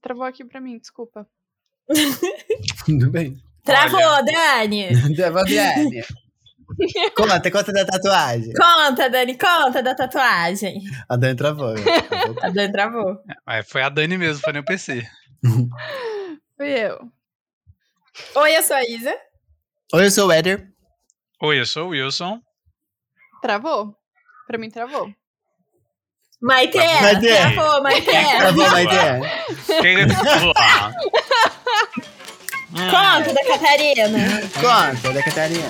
travou aqui pra mim, desculpa. Tudo bem. Travou, Dani! Deva Viane. Conta, conta da tatuagem. Conta, Dani, conta da tatuagem. A Dani travou. né? A Dani travou. Mas foi a Dani mesmo, foi nem o PC. Fui eu. Oi, eu sou a Isa. Oi, eu sou o Eder. Oi, eu sou o Wilson. Travou? Pra mim travou. Maite, Maite. travou, Maite. Travou, é. Boa. Maite? Quem- é tá Boa. Hum, Conta da Catarina. Conta da Catarina.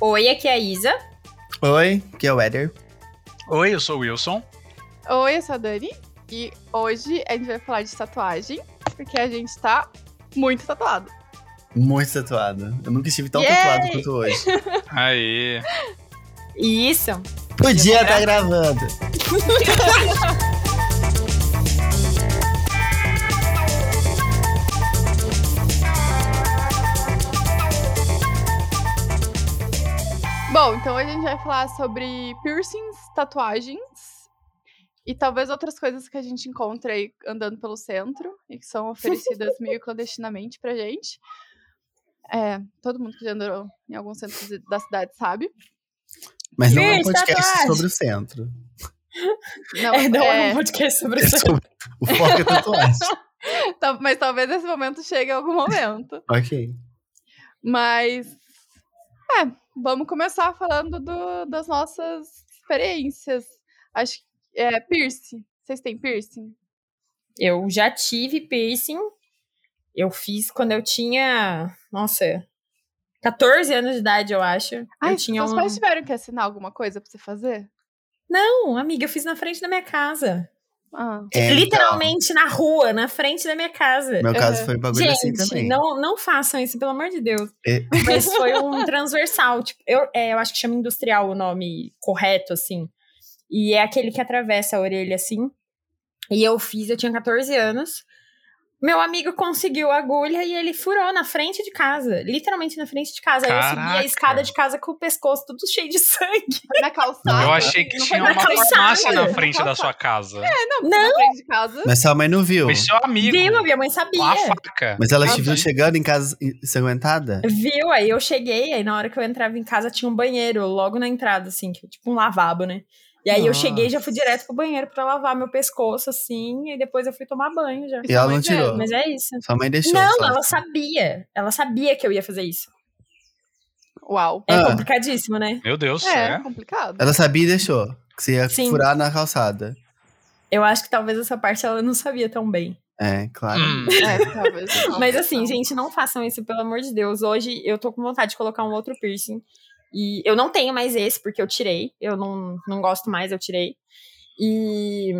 Oi, aqui é a Isa. Oi, que é o Eder. Hum, Oi, eu sou o Wilson. Oi, eu sou a Dani. E hoje a gente vai falar de tatuagem, porque a gente tá muito tatuado. Muito tatuado. Eu nunca estive tão Yay! tatuado quanto hoje. Aí. Isso. Então, Podia estar gravando. Bom, então hoje a gente vai falar sobre piercings, tatuagens e talvez outras coisas que a gente encontra aí andando pelo centro e que são oferecidas meio clandestinamente pra gente. É, todo mundo que já andou em algum centro de- da cidade sabe. Mas não é um Gente, podcast tatuagem. sobre o centro. Não, É, não é é, um podcast sobre É isso. sobre- O foco é tatuagem. tal- mas talvez esse momento chegue em algum momento. ok. Mas, é, vamos começar falando do- das nossas experiências. Acho que é piercing. Vocês têm piercing? Eu já tive piercing. Eu fiz quando eu tinha, nossa, 14 anos de idade, eu acho. Ai, eu tinha seus um... pais tiveram que assinar alguma coisa pra você fazer? Não, amiga, eu fiz na frente da minha casa. Ah, É, Literalmente na rua, na frente da minha casa. então, meu caso Uhum. foi um bagulho assim Gente, também. não, não façam isso, pelo amor de Deus. É. Mas foi um transversal. Tipo, eu, é, eu acho que chama industrial o nome correto, assim. E é aquele que atravessa a orelha, assim. E eu fiz, eu tinha 14 anos. Meu amigo conseguiu a agulha e ele furou na frente de casa. Literalmente na frente de casa. Aí eu subi a Caraca. escada de casa com o pescoço todo cheio de sangue. na calçada? Eu achei que Ah, Não foi tinha né? uma na calçada. farmácia na Foi frente da sua casa. Não, Não. na frente de casa. Mas sua mãe não viu. Foi seu amigo. Viu? Minha mãe Com a sabia. faca. Mas ela Ah, te viu sim. chegando em casa ensanguentada? Viu? Aí eu cheguei, aí na hora que eu entrava em casa tinha um banheiro logo na entrada, assim, que- tipo um lavabo, né? E aí eu Nossa. cheguei e já fui direto pro banheiro pra lavar meu pescoço, assim, e depois eu fui tomar banho já. E ela não Mas é, tirou. Mas é isso. Sua mãe deixou. não, só. ela sabia. Ela sabia que eu ia fazer isso. Uau. É Ah. complicadíssimo, né? Meu Deus, É, é. complicado. Ela sabia e deixou. Que você ia Sim. furar na calçada. Eu acho que talvez essa parte ela não sabia tão bem. É, claro. Hum, É, talvez. não, Mas talvez assim, não. gente, não façam isso, pelo amor de Deus. Hoje eu tô com vontade de colocar um outro piercing. E eu não tenho mais esse, porque eu tirei. Eu não, não gosto mais, eu tirei. E.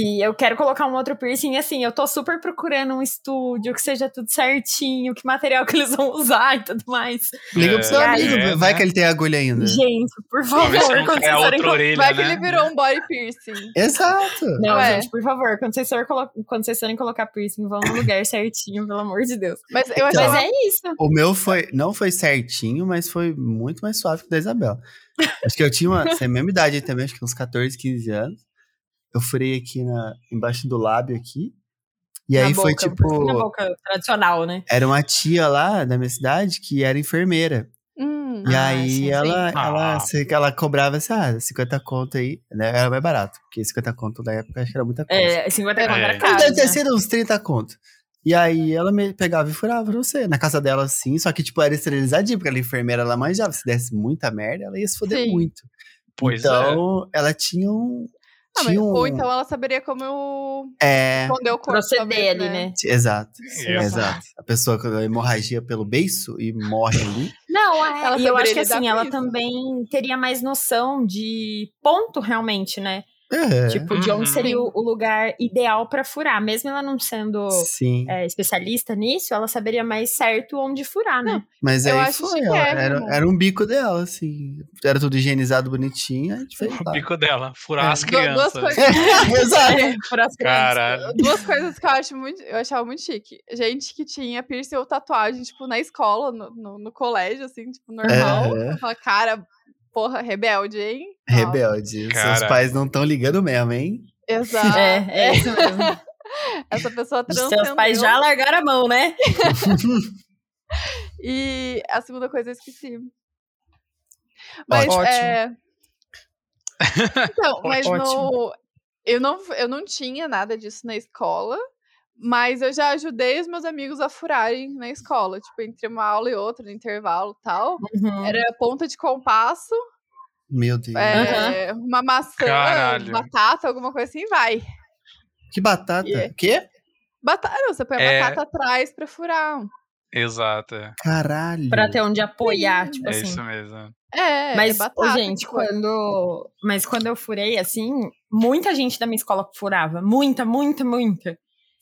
E eu quero colocar um outro piercing, e assim, eu tô super procurando um estúdio, que seja tudo certinho, que material que eles vão usar e tudo mais. Liga pro seu É, amigo. é, vai né? que ele tem agulha ainda. Gente, por Talvez você favor, não é quando quer vocês a forem é outra colocar. orelha, Vai que né? ele virou um body piercing. Exato. Não, Ué. gente, por favor, quando vocês, forem colo- quando vocês forem colocar piercing, vão no lugar certinho, pelo amor de Deus. Mas eu achei Então. Mas uma- é isso. O meu foi, não foi certinho, mas foi muito mais suave que o da Isabela. Acho que eu tinha uma, essa mesma idade aí também, acho que uns 14, 15 anos. Eu furei aqui na, embaixo do lábio aqui. E Na aí foi boca, Na tipo, boca tradicional, né? era uma tia lá da minha cidade que era enfermeira. Hum, E Ah, sim, aí sim. ela, Ah. ela, se- ela cobrava assim, ah, 50 conto aí, né? Era mais barato, porque 50 conto na época acho que era muita coisa. É, 50 conto É. era Então, caro. deve ter né? sido uns 30 conto. E aí ela me pegava e furava pra você. Na casa dela, assim, só que, tipo, era esterilizadinha, porque ela enfermeira, ela manjava. Se desse muita merda, ela ia se foder Sim. muito. Pois é. então, ela tinha um. ah, mas- tinha um Ou então ela saberia como eu É. esconder o corpo. Proceder talvez, ali, né? t- Exato, Eu- exato. A pessoa com hemorragia pelo beiço e morre ali. Não, é, Ela e eu acho saberia que lidar assim, com ela isso. também teria mais noção de ponto realmente, né? É, Tipo, de Uhum. onde seria o o lugar ideal pra furar. Mesmo ela não sendo sim. é, especialista nisso, ela saberia mais certo onde furar, né? Mas Eu aí acho foi, ó, era, chiquérrimo. era um bico dela, assim. Era tudo higienizado, bonitinho, a gente fez O lá. bico dela, furar É. as Du- Duas crianças. coisas. Exato. Por as Caralho. Duas coisas que eu acho muito. Eu achava muito chique. Gente que tinha piercing ou tatuagem, tipo, na escola, no, no, no colégio, assim, tipo, normal. É. Eu falo, cara, porra, rebelde, hein? Ó, Rebelde. Seus Cara. pais não estão ligando mesmo, hein? Exato. É, é isso mesmo. Essa pessoa Os transcendeu. Seus pais já largaram a mão, né? E a segunda coisa eu esqueci. Mas Ótimo. é. Então, mas Ótimo. no... eu, não, eu não tinha nada disso na escola, mas eu já ajudei os meus amigos a furarem na escola, tipo, entre uma aula e outra, no intervalo e tal. Uhum. É. Era ponta de compasso, Meu Deus. é, uma maçã, Caralho. batata, alguma coisa assim, vai. Que batata. E- Quê? Batata, não, você põe a É. batata atrás pra furar. Exato. é. Caralho. Pra ter onde apoiar, tipo É assim. isso mesmo. É, Mas, é ô, batata. gente, tipo, quando. Mas quando eu furei, assim, muita gente da minha escola furava. Muita, muita, muita.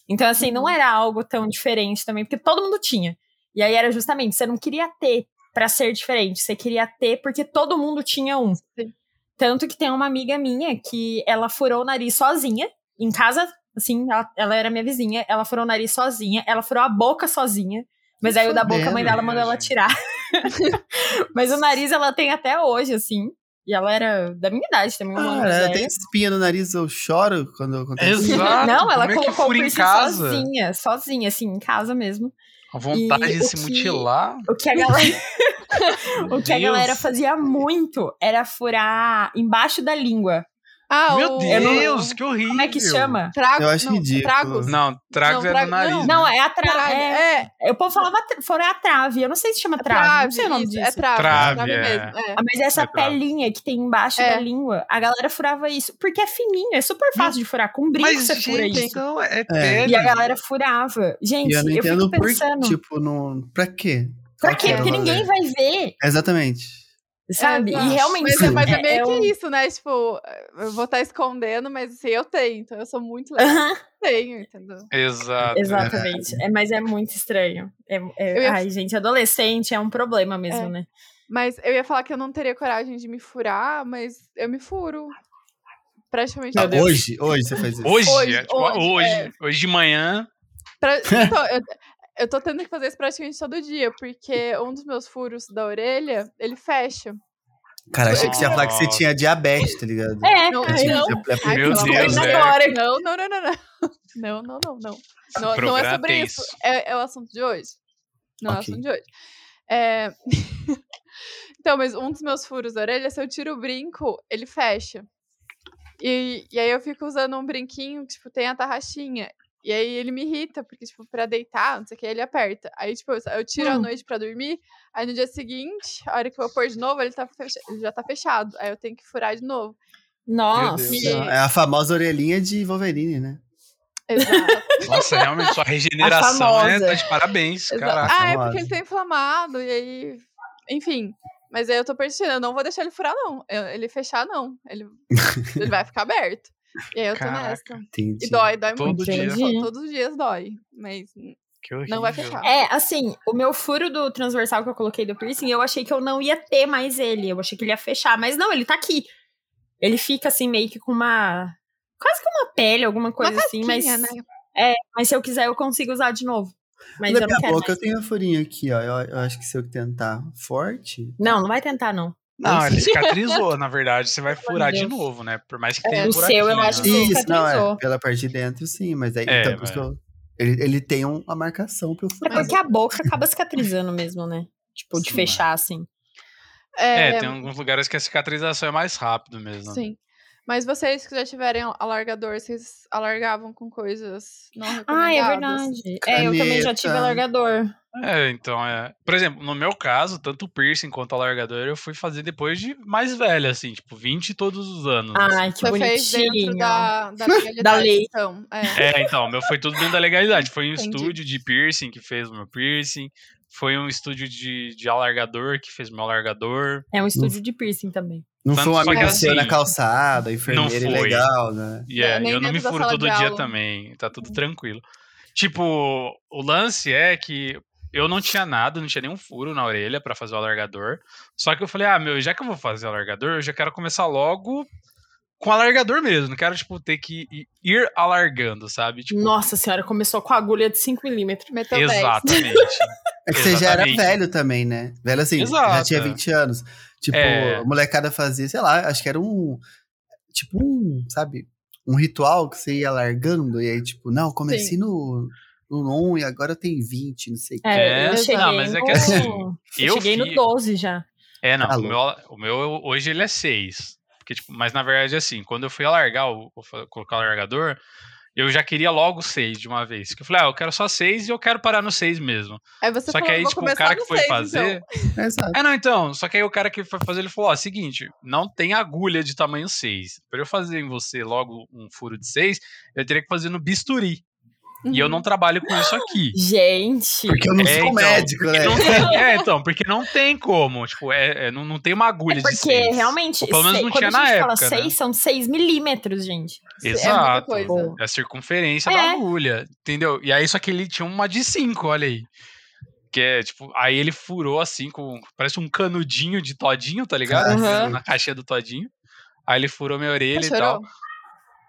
Então, assim, Uhum. não era algo tão diferente também, porque todo mundo tinha. E aí era justamente, você não queria ter pra ser diferente, você queria ter porque todo mundo tinha um. Sim. Tanto que tem uma amiga minha que ela furou o nariz sozinha, em casa, assim, ela, ela era minha vizinha, ela furou o nariz sozinha, ela furou a boca sozinha. Mas aí o da boca a mãe dela mandou ela Fudendo, gente. tirar. Mas o nariz ela tem até hoje, assim. E ela era da minha idade também. um ano mais Cara, velha. Ah, é, tem espinha no nariz, eu choro quando acontece. isso. Exato. Não, ela Como é que colocou o fura em piercing casa? sozinha, sozinha, assim, em casa mesmo. A vontade E de o se que- mutilar. O que a galera, o que a Deus. galera fazia muito era furar embaixo da língua. Ah, Meu o- Deus, que horrível. Como é que chama? Trago, Eu acho não, ridículo. Tragos? Não, trago Não, é trago- no nariz. não. né? Não, é a Trave, trave. é, O povo falava, tra- fora a trave. Eu não sei se chama trave. não sei o nome isso, disso. É trave, Trave, trave é. mesmo. é. Ah, Mas essa É trave. pelinha que tem embaixo É. Hum. da língua, a galera furava isso. Porque é fininho, é super fácil de furar. Com brinco Mas, você fura gente, é isso. então é É. pele. E a galera furava. Gente, E eu eu, não entendo fico por pensando. Tipo, não... pra quê? pra Qual quê? era o Porque rolê? ninguém vai ver, Exatamente. sabe? Exato. e realmente. Mas, é- mas é é- meio é que um- isso, né? Tipo, eu vou estar escondendo, mas assim, eu tenho. Então eu sou muito legal, Aham, eu tenho, entendeu? Exato. Exatamente. É, mas é muito estranho. É- é- Eu ia- Ai, gente, adolescente é um problema mesmo, É. né? Mas eu ia falar que eu não teria coragem de me furar, mas eu me furo. Praticamente. Tá, Ah, eu- hoje, hoje você faz isso. Hoje, Hoje, é, tipo, hoje, hoje, hoje, é. de manhã. pra- então, eu, eu tô tendo que fazer isso praticamente todo dia, porque um dos meus furos da orelha, ele fecha. Cara, achei que você ia falar que você Nossa. tinha diabetes, tá ligado? É, Não, Eu achei que não. você ia- Ai, Meu pelo amor Deus, de é. agora. Não, não, não, não, não. Não, não, não, não. Não, não é programa sobre isso. tenso. É, é o assunto de hoje. Não é o Ok. assunto de hoje. É, então, mas um dos meus furos da orelha, se eu tiro o brinco, ele fecha. E, e aí eu fico usando um brinquinho, tipo, tem a tarraxinha. E aí ele me irrita, porque, tipo, pra deitar, não sei o que, ele aperta. Aí, tipo, eu, eu tiro à Hum. noite pra dormir, aí no dia seguinte, a hora que eu pôr de novo, ele, tá fecha- ele já tá fechado. Aí eu tenho que furar de novo. Nossa. Meu Deus. É a famosa orelhinha de Wolverine, né? Exato. Nossa, realmente, sua regeneração é famosa. tá de parabéns, Exa- caraca. Ah, é famosa. porque ele tá inflamado, e aí. Enfim. Mas aí eu tô persistindo, eu não vou deixar ele furar, não. Eu- Ele fechar, não. Ele, ele vai ficar aberto. E aí eu tô Caraca. nessa. Entendi. E dói, dói Todo muito. dia. Entendi. Todos os dias dói. Mas Que horrível. não vai fechar. É, assim, o meu furo do transversal que eu coloquei do piercing, eu achei que eu não ia ter mais ele. Eu achei que ele ia fechar, mas não, ele tá aqui. Ele fica assim, meio que com uma. Quase que uma pele, alguma coisa assim, mas. Tinha, né? Mas se eu quiser, eu consigo usar de novo. Mas Na eu não minha quero. boca eu tenho a furinha aqui, ó. Eu, eu acho que se eu tentar forte. Não, não vai tentar, não. Não, ele cicatrizou, na verdade. Você vai furar de Deus. É, novo, né? Por mais que tenha o um seu, eu buraquinho, acho né? que- Isso, não, é. cicatrizou. Pela parte de dentro, sim, mas aí. É, então, por isso que eu- ele, ele tem um- uma marcação pra eu É furar. porque a boca acaba cicatrizando mesmo, né? Tipo, de Sim. fechar assim. É, É, tem alguns lugares que a cicatrização é mais rápido mesmo. sim. Mas vocês que já tiverem alargador, vocês alargavam com coisas não recomendadas. Ah, é verdade. É, eu também já tive Caneta. alargador. É, então é. Por exemplo, no meu caso, tanto o piercing quanto a largadora eu fui fazer depois de mais velha, assim, tipo, 20 todos os anos. Ai, que Você fez dentro bonitinho. da, da, legalidade, Da lei. Então, é. É, então, o meu foi tudo dentro da legalidade. Foi um Entendi. estúdio de piercing que fez o meu piercing. Foi um estúdio de, de alargador que fez o meu alargador. É um estúdio de piercing também. Não Tanto foi um só amigo que seu assim, na calçada, enfermeira não foi. legal, né? E É, é, nem eu não me dentro da furo sala todo de dia aula. também, tá tudo tranquilo. Tipo, o lance é que eu não tinha nada, não tinha nenhum furo na orelha pra fazer o alargador. Só que eu falei, ah, meu, já que eu vou fazer o alargador, eu já quero começar logo com o alargador mesmo. Não quero, tipo, ter que i- ir alargando, sabe? Tipo, Nossa senhora, começou com a agulha de 5mm. É, Meteu 10. exatamente. É que você já era Exatamente. velho também, né? Velho assim, já Exato. tinha 20 anos. Tipo, É. a molecada fazia, sei lá, acho que era um. Tipo, um, sabe? Um ritual que você ia largando, e aí, tipo, não, comecei Sim. no, no 1 e agora tem 20, não sei o que. É, eu não, cheguei mas é que no- assim, Eu eu cheguei no fi- 12 já. É, não. Tá o, meu, o meu hoje ele é 6. Porque, tipo, mas na verdade, assim, quando eu fui alargar, o, o fa- colocar o alargador, eu já queria logo 6 de uma vez. Que eu falei, ah, eu quero só 6 e eu quero parar no 6 mesmo. Aí você só falou, que aí, vou tipo, o começar cara no que foi seis, fazer. então. Exato. É, não, então. Só que aí o cara que foi fazer, ele falou: ó, seguinte, não tem agulha de tamanho 6. Pra eu fazer em você logo um furo de 6, eu teria que fazer no bisturi. E Uhum. eu não trabalho com isso aqui. Gente. Porque eu não É, sou então, médico, né? porque não tem- é, então, porque não tem como. Tipo, é, é, não, não tem uma agulha É de porque 6. realmente, Ou pelo menos sei- não quando tinha a gente na fala época, 6, né? são 6 milímetros, gente. Exato. É muita coisa. É a circunferência É. da agulha, entendeu? E aí, só que ele tinha uma de 5, olha aí. Que é, tipo, aí ele furou assim com. Parece um canudinho de todinho, tá ligado? Aham. Na caixinha do todinho. Aí ele um furou minha orelha e Chorou? tal.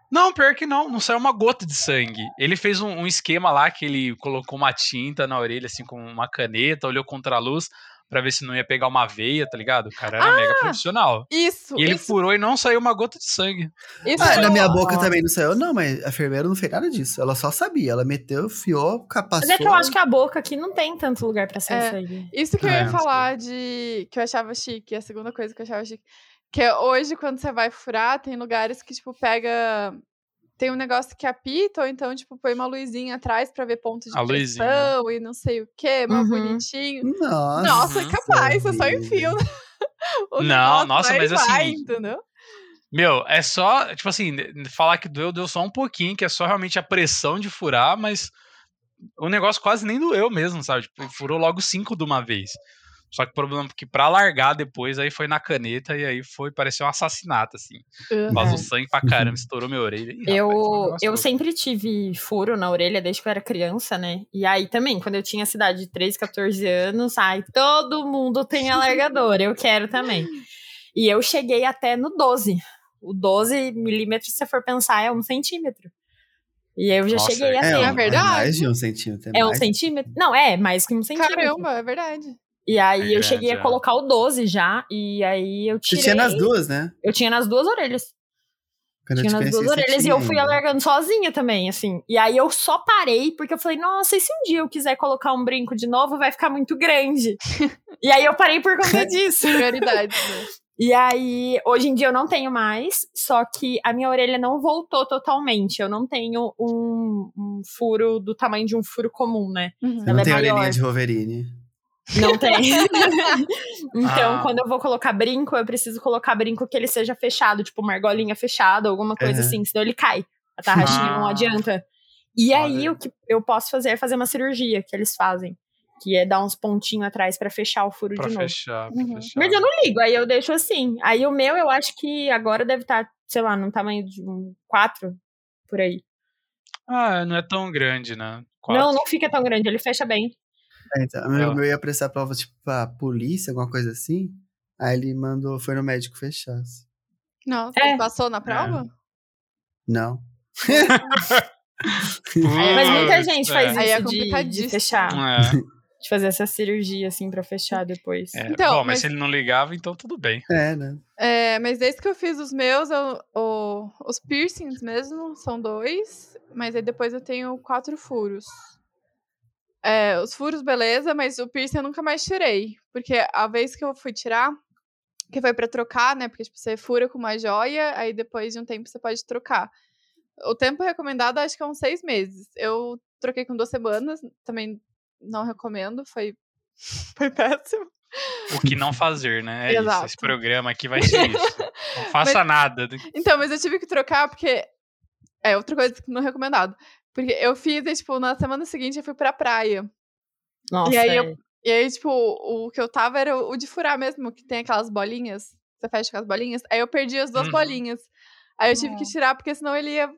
Não, pior que não, não saiu uma gota de sangue. Ele fez um, um esquema lá que ele colocou uma tinta na orelha, assim, com uma caneta, olhou contra a luz pra ver se não ia pegar uma veia, tá ligado? O cara era mega profissional. Isso, E ele isso, furou e não saiu uma gota de sangue. isso Ah, foi na um- minha boca também não saiu. Não, mas a enfermeira não fez nada disso. Ela só sabia. Ela meteu, fiou, Mas capacitou. é que eu acho que a boca aqui não tem tanto lugar pra sair É. sangue. Isso que eu É, ia não falar de. que eu achava chique, a segunda coisa que eu achava chique. Que é hoje, quando você vai furar, tem lugares que, tipo, pega. Tem um negócio que apita, ou então, tipo, põe uma luzinha atrás pra ver ponto de A luzinha. pressão e não sei o quê, mó Uhum. bonitinho. Nossa. Nossa, é Uhum. capaz, eu só né? vida. enfio. o Não, negócio nossa, lá e mas vai, assim, entendeu? Meu, é só, tipo assim, n- falar que doeu, deu só um pouquinho, que é só realmente a pressão de furar, mas o negócio quase nem doeu mesmo, sabe? Tipo, furou logo cinco de uma vez. Só que o problema é que pra largar depois, aí foi na caneta e aí foi, pareceu um assassinato, assim. Uhum. Vazou É. sangue pra caramba, estourou minha orelha. Ih, rapaz, foi um Eu, negócio eu louco. sempre tive furo na orelha desde que eu era criança, né? E aí também, quando eu tinha essa idade de 13, 14 anos, ai, todo mundo tem alargador, eu quero também. E eu cheguei até no 12. O 12 milímetros, se você for pensar, é um centímetro. E eu já Nossa, cheguei é a É, ter. um- É verdade. mais de um centímetro. É um mais. centímetro? Não, é mais que um centímetro. Caramba, é verdade. E aí É eu cheguei a grande, é. colocar o 12 já, e aí eu Você tirei. tinha nas duas, né? Eu tinha nas duas orelhas. Quando eu tinha te nas conheci, duas você orelhas e tinha eu fui ainda. alargando sozinha também, assim. E aí eu só parei porque eu falei, nossa, e se um dia eu quiser colocar um brinco de novo, vai ficar muito grande. e aí eu parei por conta disso. Prioridades, né? E aí, hoje em dia eu não tenho mais, só que a minha orelha não voltou totalmente. Eu não tenho um, um furo do tamanho de um furo comum, né? Uhum. Eu Ela é não tenho maior. orelhinha de Wolverine. Não tem. então, Ah. quando eu vou colocar brinco, eu preciso colocar brinco que ele seja fechado, tipo uma argolinha fechada, alguma coisa Uhum. assim, senão ele cai. A tarraxinha não Ah. adianta. E aí, Olha. o que eu posso fazer é fazer uma cirurgia que eles fazem, que é dar uns pontinhos atrás pra fechar o furo Pra de novo. fechar, pra Uhum. fechar. Mas eu não ligo, aí eu deixo assim. Aí o meu, eu acho que agora deve estar, sei lá, no tamanho de um 4, por aí. Ah, não é tão grande, né? Não, Quatro. não fica tão grande, ele fecha bem. É, então, amigo Ah. meu ia prestar prova, tipo, pra polícia, alguma coisa assim. Aí ele mandou, foi no médico fechar. assim. Não, É. passou na prova? Não. Mas muita Putz, gente é. faz isso Aí é de, de complicadíssimo. fechar. É. de fazer essa cirurgia, assim, pra fechar depois. É, Então, bom, mas, mas- se ele não ligava, então tudo bem. É, né? É, mas desde que eu fiz os meus, eu- o- os piercings mesmo são dois, mas aí depois eu tenho quatro furos. É, os furos, beleza, mas o piercing eu nunca mais tirei. Porque a vez que eu fui tirar, que foi pra trocar, né? Porque tipo, você fura com uma joia, aí depois de um tempo você pode trocar. O tempo recomendado acho que é uns seis meses. Eu troquei com duas semanas, também não recomendo, foi, foi péssimo. O que não fazer, né? É isso, Exato. Esse programa aqui vai ser isso. Não faça nada. né? Então, mas eu tive que trocar porque. É outra coisa que não é recomendado. Porque eu fiz, e, tipo, na semana seguinte eu fui pra praia. Nossa, E aí é. eu- E aí, tipo, o que eu tava era o de furar mesmo, que tem aquelas bolinhas. Você fecha com as bolinhas. Aí eu perdi as duas Uhum. bolinhas. Aí eu tive que tirar, porque senão ele ia,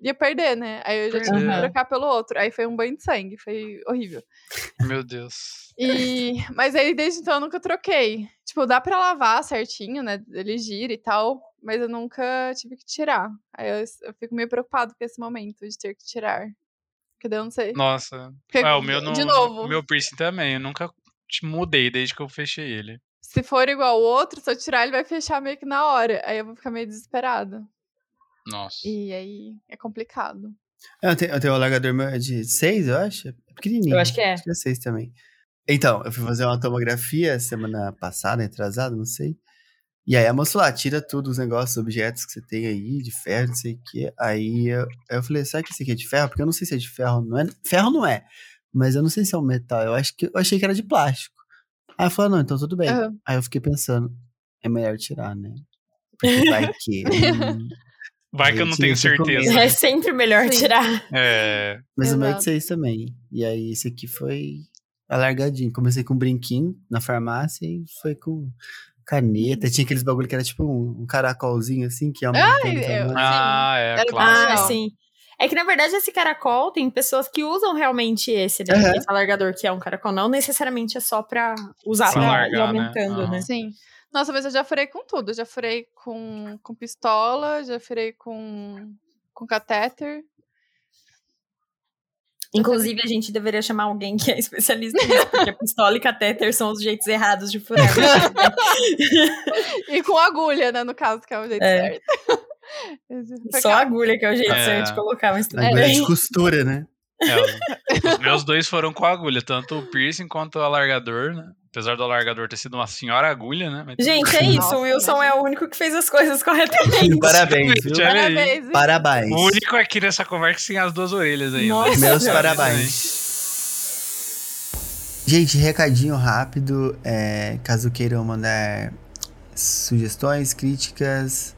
ia perder, né? Aí eu já tive que Perder. trocar pelo outro. Aí foi um banho de sangue, foi horrível. Meu Deus. E, mas aí desde então eu nunca troquei. Tipo, dá pra lavar certinho, né? Ele gira e tal, mas eu nunca tive que tirar. Aí eu, eu fico meio preocupado com esse momento de ter que tirar. Porque daí eu não sei. Nossa. Porque, É, o meu não. de novo, O meu piercing também. Eu nunca te mudei desde que eu fechei ele. se for igual o outro, se eu tirar, ele vai fechar meio que na hora. Aí eu vou ficar meio desesperada. Nossa. E aí é complicado. Eu tenho, eu tenho um alargador meu é de 6, eu acho. É pequenininho. Eu acho que é. Acho que é 6 também. Então, eu fui fazer uma tomografia semana passada, atrasada, não sei. E aí a moça lá tira tudo os negócios, objetos que você tem aí, de ferro, não sei o quê. Aí eu, eu falei, será que isso aqui é de ferro? Porque eu não sei se é de ferro, não é. Ferro não é. Mas eu não sei se é um metal. Eu acho que eu achei que era de plástico. Aí eu falei, não, então tudo bem. Aham. Aí eu fiquei pensando, é melhor tirar, né? Porque vai que. hum. Vai que eu não Gente, tenho eu tô com certeza. medo. É sempre melhor Sim. tirar. É. Mas o meu é Exato. de seis também. E aí, esse aqui foi alargadinho. Comecei com um brinquinho na farmácia e foi com caneta. Tinha aqueles bagulho que era tipo um, um caracolzinho assim, que é uma. eu- Ah, Era é, bem claro. legal. Ah, sim. É que, na verdade, esse caracol tem pessoas que usam realmente esse, né? Aham. Esse alargador que é um caracol. Não necessariamente é só pra usar pra Pra ir largar, né? aumentando, Aham. né? Sim. Nossa, mas eu já furei com tudo. Eu já furei com, com pistola, já furei com, com catéter. Inclusive, a gente deveria chamar alguém que é especialista nisso, porque pistola e catéter são os jeitos errados de furar. E com agulha, né? No caso, que é o jeito É. certo. Foi Só a agulha que é o jeito É. certo de colocar, mas tudo Agora é bem. de costura, né? É, os- os meus dois foram com agulha, tanto o piercing quanto o alargador, né? Apesar do alargador ter sido uma senhora agulha, né? Mas- Gente, é isso. Nossa, o Wilson é o único que fez as coisas corretamente. parabéns, viu? Gente, olha aí. Parabéns. hein? Parabéns. O único aqui nessa conversa que tem as duas orelhas né? ainda. Nossa. Meus Nossa, parabéns. Gente, recadinho rápido. é, caso queiram mandar sugestões, críticas,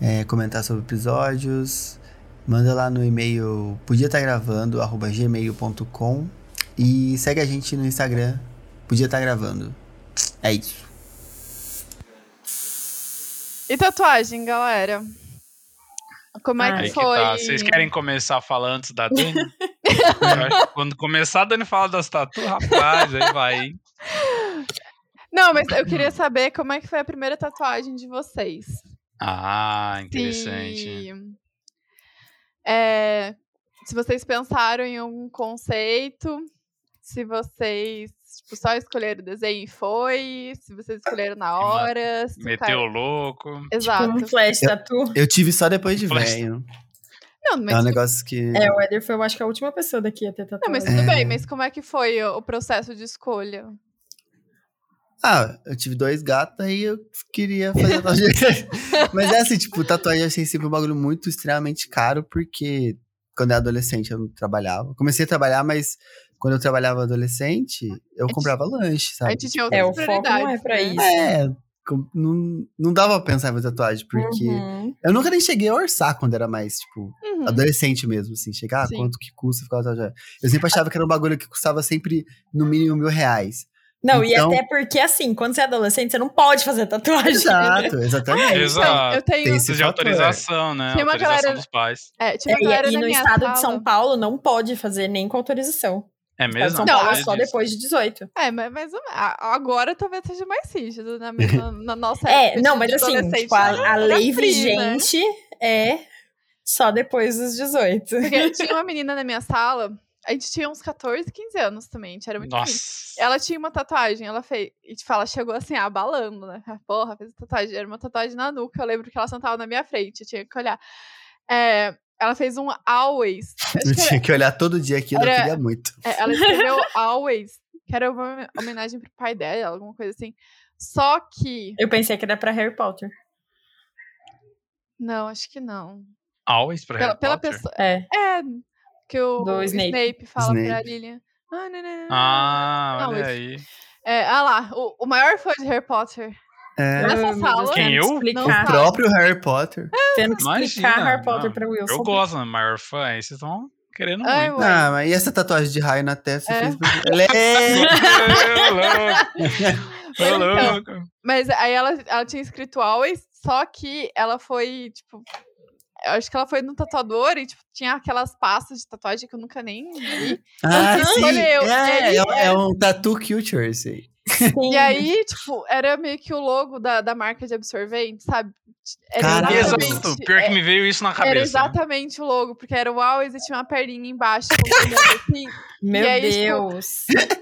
é, comentar sobre episódios, manda lá no e-mail podia estar gravando, arroba gmail.com e segue a gente no Instagram, podia estar gravando. É isso. E tatuagem, galera? Como é Ah, que Aí que foi? tá. Vocês querem começar a falar antes da Dani? Eu acho que Quando começar a Dani fala das tatu, rapaz, aí vai. hein? Não, mas eu queria saber como é que foi a primeira tatuagem de vocês. Ah, interessante. Se, é, se vocês pensaram em um conceito, se vocês tipo, só escolheram o desenho e foi, se vocês escolheram na hora. Se o Meteu cara- o louco. Exato. Um flash É. tatu. Eu tive só depois de Flash. velho. Não, É um mas, negócio que. É, o Eder foi, eu acho que a última pessoa daqui a ter tatuagem. não, mas tudo bem, mas como é que foi o o processo de escolha? Ah, eu tive dois gatos e eu queria fazer tatuagem. Mas é assim, tipo, tatuagem eu achei sempre um bagulho muito extremamente caro, porque quando eu era adolescente eu não trabalhava. Comecei a trabalhar, mas quando eu trabalhava adolescente, eu gente- comprava lanche, A sabe? gente tinha É, outras o foco prioridades. não é pra né? isso. É, com- não, não dava pra pensar em fazer tatuagem, porque Uhum. eu nunca nem cheguei a orçar quando era mais, tipo, É. Uhum. adolescente mesmo, assim, chegar, ah, Sim. quanto que custa ficar tatuagem. Eu sempre achava que era um bagulho que custava sempre no mínimo mil reais. Não, e Então- até porque, assim, quando você é adolescente, você não pode fazer tatuagem. Exato, exatamente. Então, Exato. eu tenho. Tem esse Precisa fator. de é. autorização, né? Tem uma autorização galera- dos pais. É, tinha uma É, galera e, e da no minha estado sala- de São Paulo não pode fazer nem com autorização. É O estado de mesmo? São Não, Paulo é mas só depois de 18. É, mas, mas a- agora talvez seja mais rígido na, minha- na- na nossa É, época não, de mas assim, adolescente, né? tipo, a, a era lei free, né? vigente é só depois dos 18. Porque tinha uma menina na minha sala, a gente tinha uns 14, 15 anos também, a gente era é muito Nossa. menino. Ela tinha uma tatuagem, ela fez. E tipo, ela chegou assim, abalando, né? Ah, Porra, fez tatuagem. Era uma tatuagem na nuca. Eu lembro que ela sentava na minha frente, eu tinha que olhar. É, ela fez um always. Eu Acho que era- tinha que olhar todo dia aquilo, Era- eu queria muito. É, ela escreveu Always, que era uma homenagem pro pai dela, alguma coisa assim. Só que. Eu pensei que era pra Harry Potter. Não, acho que não. Always pra Pela, Harry pela Potter? pessoa. É. É, que o, Do o Snape. Snape. fala pra Snape. Lilian. Ah, não, não, não. Ah, olha Always. aí. É, ah lá, o, o maior fã de Harry Potter. É, Nessa Ah, meu Deus, sala- Quem, eu? tendo que Não o Explicar, fala. próprio Harry Potter. É, tendo que explicar Imagina, Harry Potter não. pra Wilson. Eu gosto, né? Maior fã. Aí vocês estão querendo muito. Ai, ué. Ah, mas e essa tatuagem de raio na testa? É. Fez... Ela é... Meu louco. Tô Então, louco. Mas aí ela, ela tinha escrito always, só que ela foi, tipo. Eu acho que ela foi no tatuador e, tipo, tinha aquelas pastas de tatuagem que eu nunca nem vi. Ah, Uhum. sim. Olha eu, É, ele- é um- é um tattoo culture esse aí. E aí, tipo, era meio que o logo da, da marca de absorvente, sabe? Era Caralho. Exato. Pior que é, me veio isso na Era cabeça. exatamente o logo, porque era o always e tinha uma perninha embaixo, apontando assim. Meu E aí, tipo, Deus.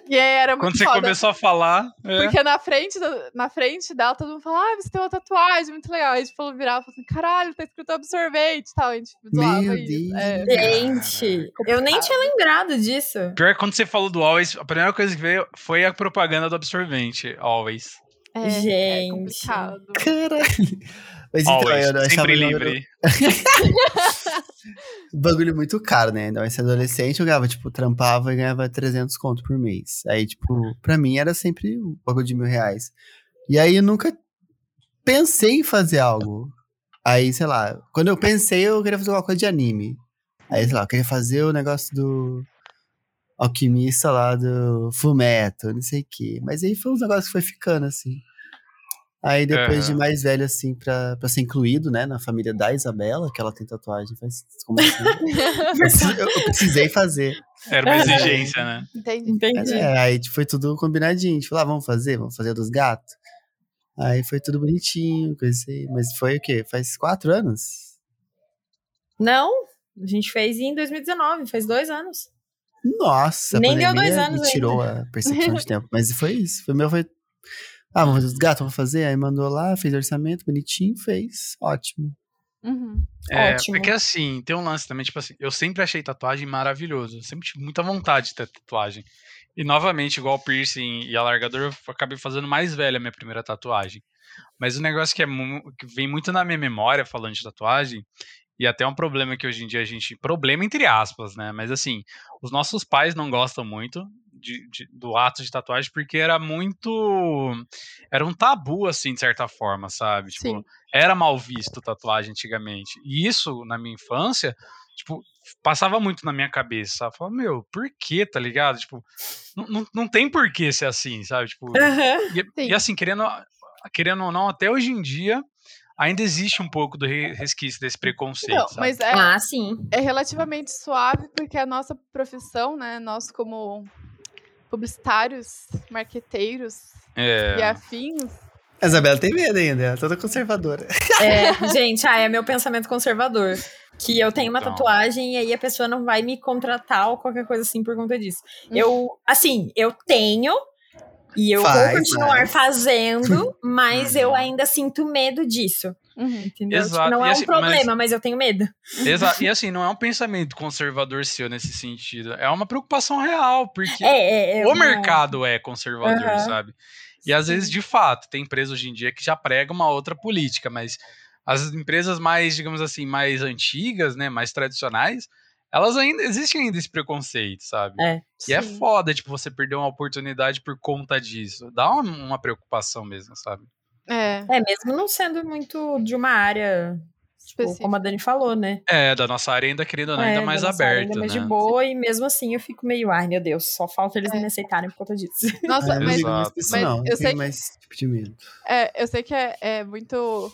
E aí era muito Quando você foda. começou a falar. é. Porque na frente, do- na frente dela, todo mundo fala, ah, você tem uma tatuagem, muito legal. Aí a gente falou, virava e falou assim, caralho, tá escrito absorvente e tal. A gente zoava Meu isso. Deus. É. Gente, eu nem tinha lembrado disso. Pior é que quando você falou do Always, a primeira coisa que veio foi a propaganda do absorvente. Always. É, é Gente. complicado. Caralho. Mas então, Always. eu não achava Sempre o número- um livre. bagulho muito caro, né? Ainda mais ser adolescente, eu ganhava, tipo, trampava e ganhava 300 conto por mês. Aí, tipo, pra mim era sempre um bagulho de mil reais. E aí eu nunca pensei em fazer algo. Aí, sei lá, quando eu pensei, eu queria fazer alguma coisa de anime. Aí, sei lá, eu queria fazer o negócio do alquimista lá do Fumeto, não sei o quê. Mas aí foi uns negócios que foi ficando, assim. Aí depois Aham. de mais velho, assim, pra, pra ser incluído, né, na família da Isabela, que ela tem tatuagem, faz como assim? Eu preci- eu precisei fazer. Era uma exigência, né? Entendi. Mas, Entendi. é, aí tipo, foi tudo combinadinho. A gente falou, ah, vamos fazer, vamos fazer dos gatos. Aí foi tudo bonitinho, coisa assim. Mas foi o quê? Faz quatro anos? Não, a gente fez em 2019, faz dois anos. Nossa, a Nem deu pandemia dois anos me tirou a percepção de tempo. Mas foi isso. Foi meu, foi. Ah, vamos fazer dos gatos, vamos fazer. Aí mandou lá, fez orçamento, bonitinho, fez. Ótimo. Hum. Uhum. É, Ótimo. porque assim, tem um lance também, tipo assim, eu sempre achei tatuagem maravilhoso, eu sempre tive muita vontade de ter tatuagem. E novamente, igual piercing e alargador, eu acabei fazendo mais velha a minha primeira tatuagem. Mas o negócio que, é mu- que vem muito na minha memória falando de tatuagem, e até um problema que hoje em dia a gente. Problema entre aspas, né? Mas assim, os nossos pais não gostam muito de- de- do ato de tatuagem porque era muito. Era um tabu, assim, de certa forma, sabe? Tipo, Sim. era mal visto tatuagem antigamente. E isso, na minha infância, tipo, passava muito na minha cabeça. Sabe? Eu Falava, meu, por que, tá ligado? Tipo, não, não, não tem por que ser assim, sabe? Tipo, Aham. e, e É, Sim. assim, querendo, querendo ou não, até hoje em dia, ainda existe um pouco do re- resquício desse preconceito. Não, sabe? mas é, Ah, sim. é relativamente suave, porque a nossa profissão, né, nós como publicitários, marqueteiros É. e afins, A Isabela tem medo ainda, ela é toda conservadora. É, gente, ah, é meu pensamento conservador. Que eu tenho uma Então. tatuagem e aí a pessoa não vai me contratar ou qualquer coisa assim por conta disso. Eu, assim, eu tenho e eu Faz, vou continuar faz. fazendo, mas eu Uhum. ainda sinto medo disso. uhum. Entendeu? Tipo, Exato, não é e um assim, mas- problema, mas... eu tenho medo. Exa- e assim, não é um pensamento conservador seu nesse sentido. É uma preocupação real, porque É, é, é o uma- mercado é conservador, Aham. sabe? E às vezes, de fato, tem empresa hoje em dia que já prega uma outra política, mas as empresas mais, digamos assim, mais antigas, né, mais tradicionais, elas ainda existem ainda esse preconceito, sabe? É. E é Sim. foda, tipo, você perder uma oportunidade por conta disso. Dá uma, uma preocupação mesmo, sabe? É, É, mesmo não sendo muito de uma área, tipo, específico. como a Dani falou, né? É, da nossa área ainda, querendo ou não, ainda É, mais da nossa área ainda aberta, mais né? de boa, e mesmo assim eu fico meio, ai meu Deus, só falta eles É. me aceitarem por conta disso. Nossa, Ah, eu não mas ligo mais pra isso, mas não. eu Eu, tenho sei que- mais tipo de medo. É, eu sei que é, é muito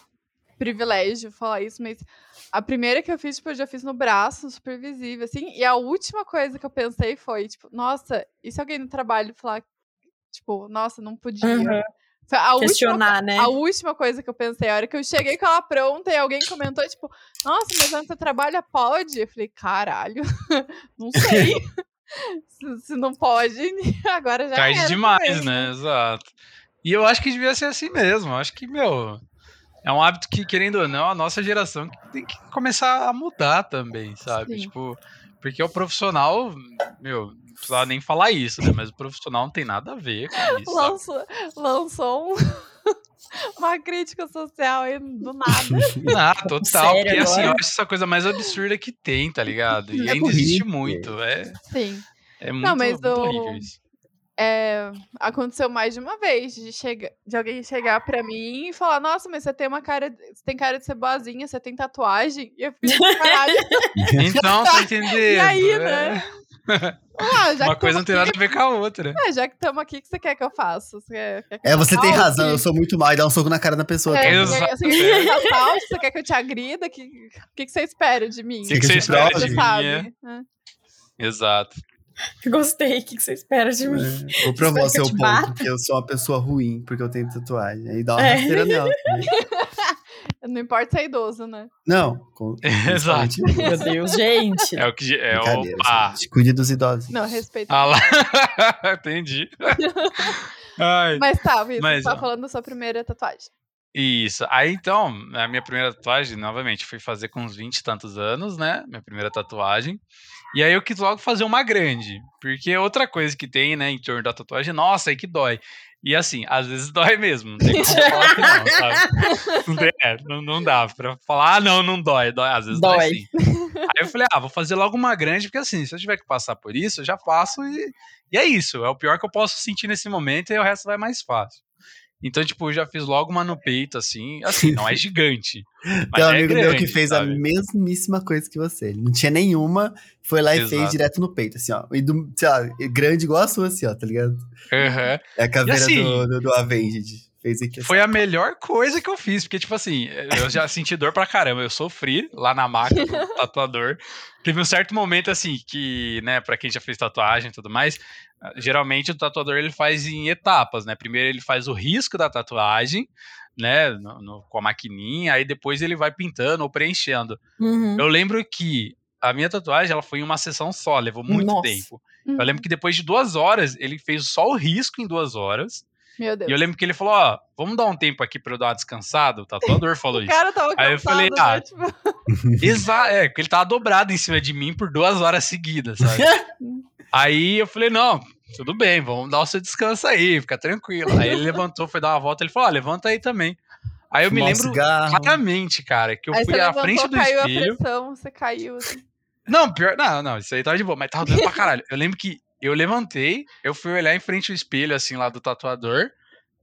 privilégio falar isso, mas a primeira que eu fiz, tipo, eu já fiz no braço, super visível, assim, e a última coisa que eu pensei foi, tipo, nossa, e se alguém no trabalho falar, tipo, nossa, não podia? Aham. Foi a última Questionar, né? a última coisa que eu pensei, a hora que eu cheguei com ela pronta e alguém comentou, tipo, nossa, mas onde você trabalha pode? Eu falei, caralho, não sei. se, se não pode, agora já. Tarde era demais, também. né? Exato. E eu acho que devia ser assim mesmo. Eu acho que, meu, é um hábito que, querendo ou não, a nossa geração tem que começar a mudar também, sabe? Sim. Tipo, porque o profissional, meu, não precisava nem falar isso, né? Mas o profissional não tem nada a ver com isso. sabe? Lançou, lançou um- uma crítica social aí do nada. Ah, total. sério Porque assim, eu agora? acho essa coisa mais absurda que tem, tá ligado? E É ainda existe horrível. muito. É, Sim. é muito, mas muito o- horrível isso. É, aconteceu mais de uma vez de, chega, de alguém chegar pra mim e falar: Nossa, mas você tem uma cara. de- Você tem cara de ser boazinha, você tem tatuagem. E eu fiquei tipo, assim, caralho. Então, tá entendendo? E aí, é. né? Ah, já Uma que coisa tamo não tem nada aqui- a ver com a outra. É, já que estamos aqui, o que você quer que eu faça? Você quer, quer que É, você tem assalte? razão, eu sou muito mal e dá um soco na cara da pessoa. É, tá bom? você quer- você quer que eu te assalte? Você quer que eu te agrida? O que, que, que você espera de mim? O que que, que você você espera prova, de Você mim? sabe? é? né? Exato. Gostei, o que, que você espera de mim? É, Vou provar o Espero que seu eu te ponto, bata. que eu sou uma pessoa ruim, porque eu tenho tatuagem. Aí dá uma É. rasteira nela. também. Não importa ser idoso, né? Não. com- Exato. principalmente- Meu Deus, gente. É o que. É, Brincadeira, opa! gente. Cuide dos idosos. Não, respeito. Ah lá. Entendi. Ai, Mas tá, Vitor, Mas, você tá ó. falando da sua primeira tatuagem. Isso. Aí então, a minha primeira tatuagem, novamente, fui fazer com uns 20 e tantos anos, né? Minha primeira tatuagem. E aí eu quis logo fazer uma grande. Porque é outra coisa que tem, né, em torno da tatuagem, nossa, aí que dói. E assim, às vezes dói mesmo. Não tem como falar que não, sabe? Não, tem- é, não, não dá pra falar, ah, não, não dói. dói. Às vezes dói. Dói. sim. Aí eu falei, ah, vou fazer logo uma grande, porque assim, se eu tiver que passar por isso, eu já faço e, e é isso. É o pior que eu posso sentir nesse momento e o resto vai mais fácil. Então, tipo, eu já fiz logo uma no peito, assim. Assim, não é gigante. Mas Tem um é amigo meu grande, que fez sabe? a mesmíssima coisa que você. Ele não tinha nenhuma, foi lá e fez Exato. direto no peito, assim, ó. E do, sei lá, grande igual a sua, assim, ó, tá ligado? Aham. É a caveira assim- do, do, do Avenged. Fez aqui assim. Foi a melhor coisa que eu fiz, porque, tipo assim, eu já senti dor pra caramba. Eu sofri lá na maca do tatuador. Teve um certo momento, assim, que, né, pra quem já fez tatuagem e tudo mais, ah, geralmente o tatuador ele faz em etapas, né? Primeiro ele faz o risco da tatuagem, né, no- no- com a maquininha, aí depois ele vai pintando ou preenchendo. Uhum. Eu lembro que a minha tatuagem ela foi em uma sessão só, levou muito Nossa. tempo. Eu lembro que depois de duas horas, ele fez só o risco em duas horas. Meu Deus. E eu lembro que ele falou: Ó, vamos dar um tempo aqui pra eu dar uma descansada. O tatuador o falou isso. cara tava cansado, Aí eu falei, ah, né? Tipo, Exato, é, porque ele tava dobrado em cima de mim por duas horas seguidas, sabe? aí eu falei: Não, tudo bem, vamos dar o seu descanso aí, fica tranquilo. Aí ele levantou, foi dar uma volta. Ele falou: Ó, levanta aí também. Aí eu me Fumar um lembro cigarro. claramente, cara, que eu aí fui você à levantou, frente do caiu espelho. a pressão, você caiu. assim. Não, pior. Não, não, isso aí tava de boa, mas tava doendo pra caralho. Eu lembro que eu levantei, eu fui olhar em frente ao espelho, assim, lá do tatuador.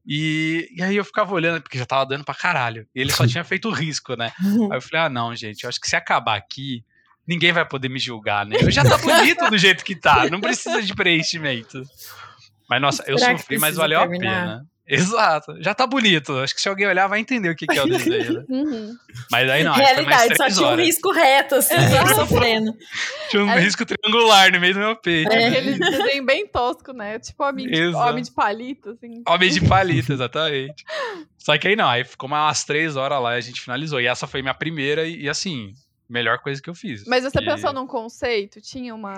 E, e aí eu ficava olhando, porque já tava dando pra caralho. E ele só tinha feito o risco, né? Aí eu falei, ah, não, gente, eu acho que se acabar aqui, ninguém vai poder me julgar, né? Eu já tá bonito do jeito que tá, não precisa de preenchimento. Mas, nossa, eu Será que sofri, mas precisa valeu terminar? a pena. Exato, já tá bonito. Acho que se alguém olhar, vai entender o que, que é o desenho. né? Uhum. Mas aí não, aí foi é mais Realidade, só três tinha um horas. risco reto, assim, eu sofrendo. Tinha um É. risco triangular no meio do meu peito. né? É. Aquele desenho bem tosco, né? Tipo homem de, Exato. homem de palito, assim. Homem de palito, exatamente. Só que aí não, aí ficou umas três horas lá e a gente finalizou. E essa foi minha primeira e, e, assim, melhor coisa que eu fiz. Mas você E- pensou num conceito? Tinha uma,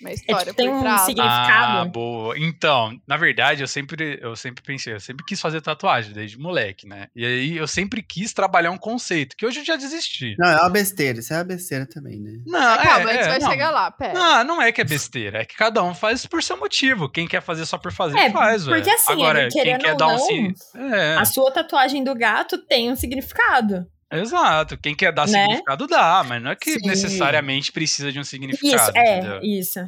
uma história tem por um trás? signi- Ah, significado? boa. Então, na verdade, eu sempre, eu sempre pensei, eu sempre quis fazer tatuagem desde moleque, né? E aí eu sempre quis trabalhar um conceito, que hoje eu já desisti. Não, é uma besteira. Isso é uma besteira também, né? Não, Ah, Calma, é, a gente é, vai não. chegar lá, pera. Não, não é que é besteira, é que cada um faz por seu motivo. Quem quer fazer só por fazer, É, faz, porque velho. assim, Agora, ele querendo quem quer ou dar um não, sim. É. A sua tatuagem do gato tem um significado. Exato. Quem quer dar Né? significado, dá, mas não é que Sim. necessariamente precisa de um significado. isso, é, entendeu? isso.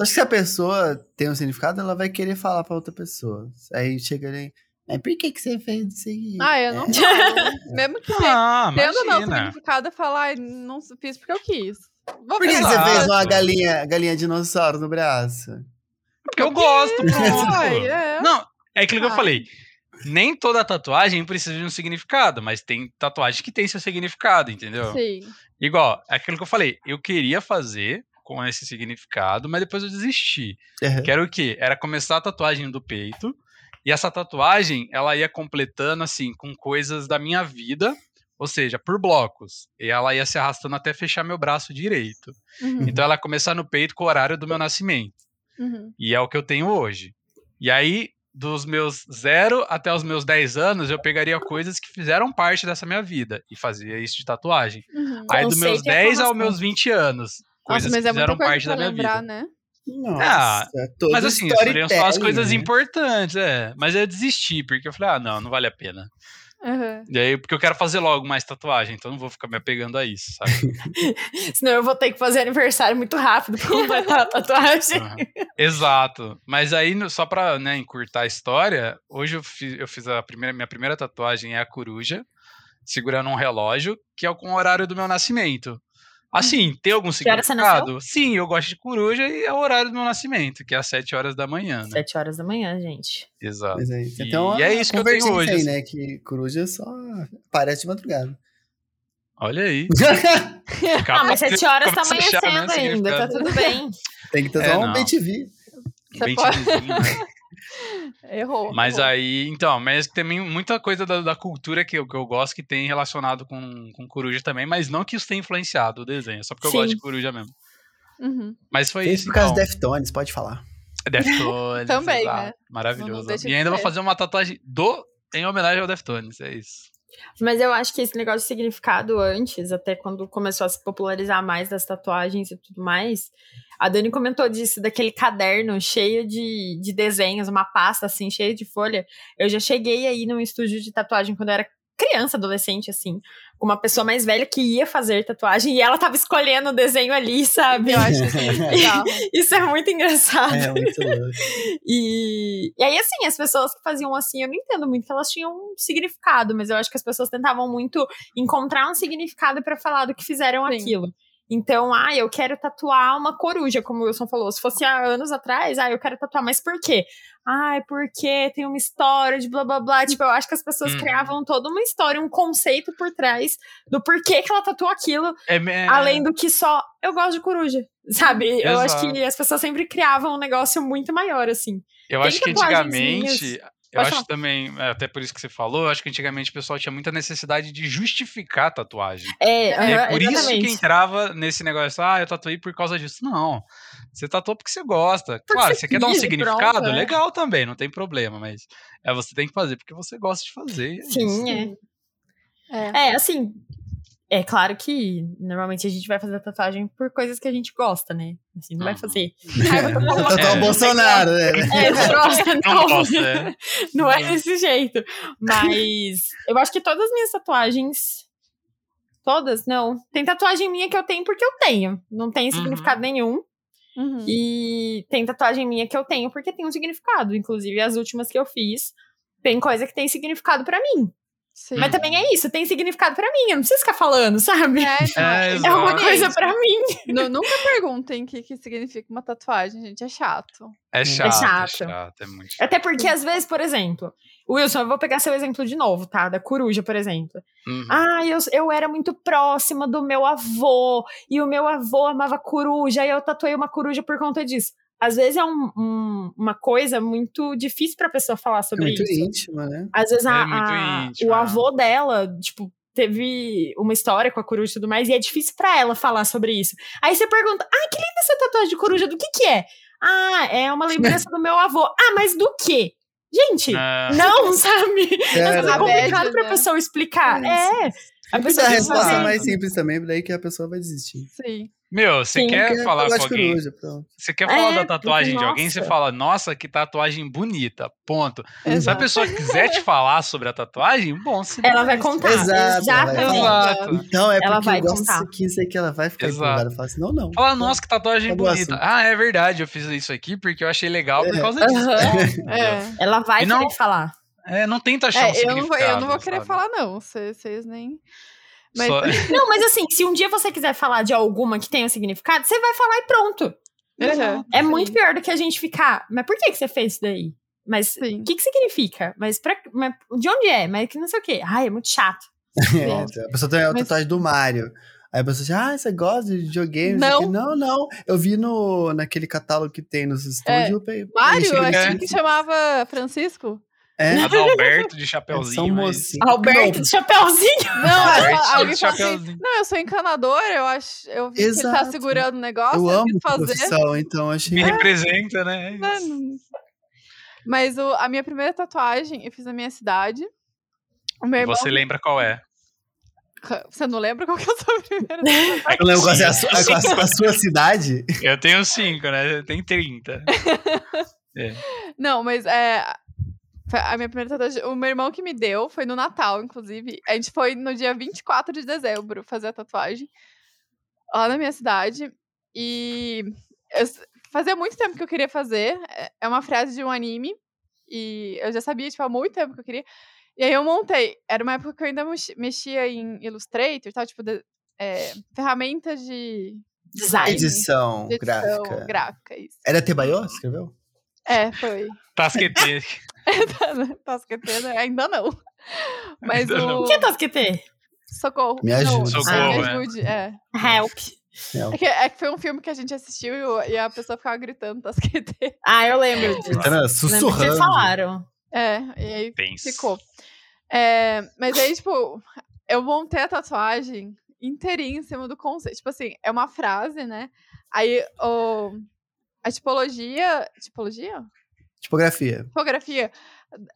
Acho que se a pessoa tem um significado, ela vai querer falar pra outra pessoa. Aí chega ali. Mas por que, que você fez isso É. aí? Ah, eu não falo. Mesmo que tenha- Ah, tendo ou não imagina. significado, é falar, "Ai, não fiz porque eu quis. Vou Por que, que você Exato. fez uma galinha, galinha dinossauro no braço? Porque eu gosto, pronto. Ai, é. Não, é aquilo que eu Ai. falei. Nem toda tatuagem precisa de um significado, mas tem tatuagem que tem seu significado, entendeu? Sim. Igual, é aquilo que eu falei. Eu queria fazer com esse significado, mas depois eu desisti. Uhum. Que era o quê? Era começar a tatuagem do peito. E essa tatuagem, ela ia completando, assim, com coisas da minha vida. Ou seja, por blocos. E ela ia se arrastando até fechar meu braço direito. Uhum, Então ela ia começar no peito com o horário do meu nascimento. uhum. E é o que eu tenho hoje. E aí, dos meus zero até os meus 10 anos, eu pegaria coisas que fizeram parte dessa minha vida. E fazia isso de tatuagem. Uhum. Aí dos Conceito meus e 10 aos informação. meus 20 anos. Coisas Nossa, mas que é muita fizeram coisa parte pra da minha vida. lembrar, né? Nossa, todo Mas assim, seriam só é, as storytelling, coisas né? importantes, é. Mas eu desisti, porque eu falei, ah, não, não vale a pena. Uhum. E aí, porque eu quero fazer logo mais tatuagem, então não vou ficar me apegando a isso, sabe? Senão eu vou ter que fazer aniversário muito rápido pra completar a tatuagem. Aham. né? Então, Exato. Mas aí, no- só pra né, encurtar a história, hoje eu fiz, eu fiz a primeira, minha primeira tatuagem é a coruja, segurando um relógio, que é com o horário do meu nascimento. Assim, tem algum Hum. Que hora você significado? Sim, eu gosto de coruja e é o horário do meu nascimento, que é às 7 horas da manhã, né? Sete horas da manhã, gente. Exato. Mas aí, E então, é isso que eu tenho hoje, Aí, assim. né? Que coruja só aparece de madrugada. Olha aí. Ah, mas sete horas tá Começa a achar, né, amanhecendo ainda, tá significado. tudo bem. Tem que ter É, só não. um BTV. Você Bem pode- timizinho, né? Errou. Mas errou. aí, então, mas também muita coisa da, da cultura que eu, que eu gosto que tem relacionado com, com coruja também, mas não que isso tenha influenciado o desenho, é só porque Sim. eu gosto de coruja mesmo. Uhum. Mas foi Fez isso. por causa então. do Deftones, pode falar. Deftones. Também, exato. né? Não Maravilhoso. deixa E de ainda vou ser. fazer uma tatuagem do em homenagem ao Deftones, é isso. Mas eu acho que esse negócio de significado antes, até quando começou a se popularizar mais das tatuagens e tudo mais, a Dani comentou disso, daquele caderno cheio de, de desenhos, uma pasta assim, cheia de folha. Eu já cheguei aí num estúdio de tatuagem quando eu era criança, adolescente, assim, com uma pessoa mais velha que ia fazer tatuagem e ela tava escolhendo o desenho ali, sabe? Eu acho isso legal. Isso é muito Ah, engraçado. É muito louco. E, e aí, assim, as pessoas que faziam assim, eu não entendo muito que elas tinham um significado, mas eu acho que as pessoas tentavam muito encontrar um significado pra falar do que fizeram Sim. aquilo. Então, ah, eu quero tatuar uma coruja, como o Wilson falou. Se fosse há anos atrás, ah, eu quero tatuar, mas por quê? Ah, é porque tem uma história de blá blá blá. Tipo, eu acho que as pessoas Uhum. criavam toda uma história, um conceito por trás do porquê que ela tatuou aquilo, É, me- além do que só eu gosto de coruja. Sabe? Eu acho Exato. que as pessoas sempre criavam um negócio muito maior, assim. Eu Tem acho que tatuagenzinhas. antigamente. Eu Pode acho falar. também, é, até por isso que você falou, eu acho que antigamente o pessoal tinha muita necessidade de justificar a tatuagem. É, E aham, é por isso exatamente. que entrava nesse negócio, ah, eu tatuei por causa disso. Não. Você tatuou porque você gosta. Porque claro, você você quer dar um quis e significado? pronto, né? Legal também, não tem problema, mas é, você tem que fazer porque você gosta de fazer. e é isso. Sim, É. é. É, assim. É claro que normalmente a gente vai fazer tatuagem por coisas que a gente gosta, né? Assim, não vai Uhum. fazer. Tá É. o Bolsonaro, né? É, troça, Não não. gosta, é. Não é desse jeito. Mas eu acho que todas as minhas tatuagens. Todas? Não. Tem tatuagem minha que eu tenho porque eu tenho. Não tem significado nenhum. Uhum. E tem tatuagem minha que eu tenho porque tem um significado. Inclusive, as últimas que eu fiz, tem coisa que tem significado pra mim. Sim. Mas também é isso, tem significado pra mim, eu não preciso ficar falando, sabe? É, É, não, É, é exato. uma exatamente. coisa pra mim. Nu- nunca perguntem o que, que significa uma tatuagem, gente. É chato. É chato, é chato. chato. É, muito chato. Até porque, às vezes, por exemplo, Wilson, eu vou pegar seu exemplo de novo, tá? Da coruja, por exemplo. Uhum. Ah, eu, eu era muito próxima do meu avô, e o meu avô amava coruja, e eu tatuei uma coruja por conta disso. Às vezes é um- um- uma coisa muito difícil pra pessoa falar É sobre muito isso. íntimo, né? Às vezes a- É muito a- íntimo, o é. avô dela, tipo, teve uma história com a coruja e tudo mais, e é difícil pra ela falar sobre isso. Aí você pergunta: "Ah, que linda essa tatuagem de coruja, do que que é?" "Ah, é uma lembrança do meu avô." "Ah, mas do quê?" Gente, Ah, não, sabe? É, É Essa né? média, complicado pra né? pessoa explicar. É. assim. A Mas a pessoa tem que resposta fazer. mais simples também, daí que a pessoa vai desistir. Sim. Meu, você Sim, um quer Porque falar eu com gosto de alguém? coruja, pronto. Você quer É, falar da porque, tatuagem de alguém, você nossa. fala, nossa, que tatuagem bonita. Ponto. Se a Exato. pessoa quiser te falar sobre a tatuagem, bom, se Ela vai contar. Exato, ela vai Exatamente. falar. Exato. Então é Ela porque vai eu gosto contar. disso aqui, isso aqui, ela vai ficar Exato. empolgada. Fala assim, não, não. Fala, nossa, que tatuagem Acabou o bonita. assunto. Ah, é verdade, eu fiz isso aqui porque eu achei legal por É. causa disso. É. Ela vai E não- querer falar. É, não tenta achar um É, eu não, vou, eu significado, não vou querer sabe? falar, não. Vocês nem. Mas Só- Não, mas assim, se um dia você quiser falar de alguma que tenha um significado, você vai falar e pronto. Aham, É sim, muito pior do que a gente ficar. Mas por que, que você fez isso daí? Mas Sim. o que, que significa? Mas, pra, mas de onde é? Mas que não sei o quê. Ai, é muito chato. É, então, a pessoa tem a Mas- tatuagem do Mario. Aí a pessoa diz, ah, você gosta de videogame? Não. sei o quê. não, não. Eu vi no, naquele catálogo que tem nos estúdios. eu pe- Mário, eu preenchi achei achei aqui. que chamava Francisco. É, Adalberto de são Chapeuzinho. mas- mocinhos. Ah, Alberto Não, de Chapeuzinho. Não, Adalberto alguém de falou assim, Chapeuzinho. não, eu sou encanador, eu acho. Eu vi que ele tá Exato. segurando o negócio, eu eu, amo quis fazer. profissão, então achei... Me representa, né? Mano. Mas o- a minha primeira tatuagem eu fiz na minha cidade. O meu E irmão. Você lembra qual é? Você não lembra qual que é a sua primeira? Eu lembro qual é a sua, a sua- a sua cidade. Eu tenho cinco, né? Tem 30. Não, mas é. foi A minha primeira tatuagem, o meu irmão que me deu foi no Natal, inclusive. A gente foi no dia 24 de dezembro fazer a tatuagem lá na minha cidade. E eu s- fazia muito tempo que eu queria fazer. é- É uma frase de um anime. E eu já sabia, tipo, há muito tempo que eu queria. E aí eu montei. Era uma época que eu ainda mochi- mexia em Illustrator e tal, tipo, de- é, ferramenta de Design. Edição, de edição gráfica. gráfica, isso. Era Tebaió, que escreveu? É, foi. Tasquete. Tasquetena, Tá ainda não. Mas Ainda não. o. O que é Tosquete? Socorro. Me Não, ajude. Socorro, me é. ajude, é. Help. Não. É que, é que foi um filme que a gente assistiu e, o- e a pessoa ficava gritando tá Tasquete. Ah, eu lembro disso. Era Lembro que vocês Tá sussurrando. falaram. É, e aí Tenso. ficou. É, mas aí, tipo, eu montei a tatuagem inteirinha em cima do conceito. Tipo assim, é uma frase, né? Aí o, a tipologia. Tipologia? Tipografia. Tipografia.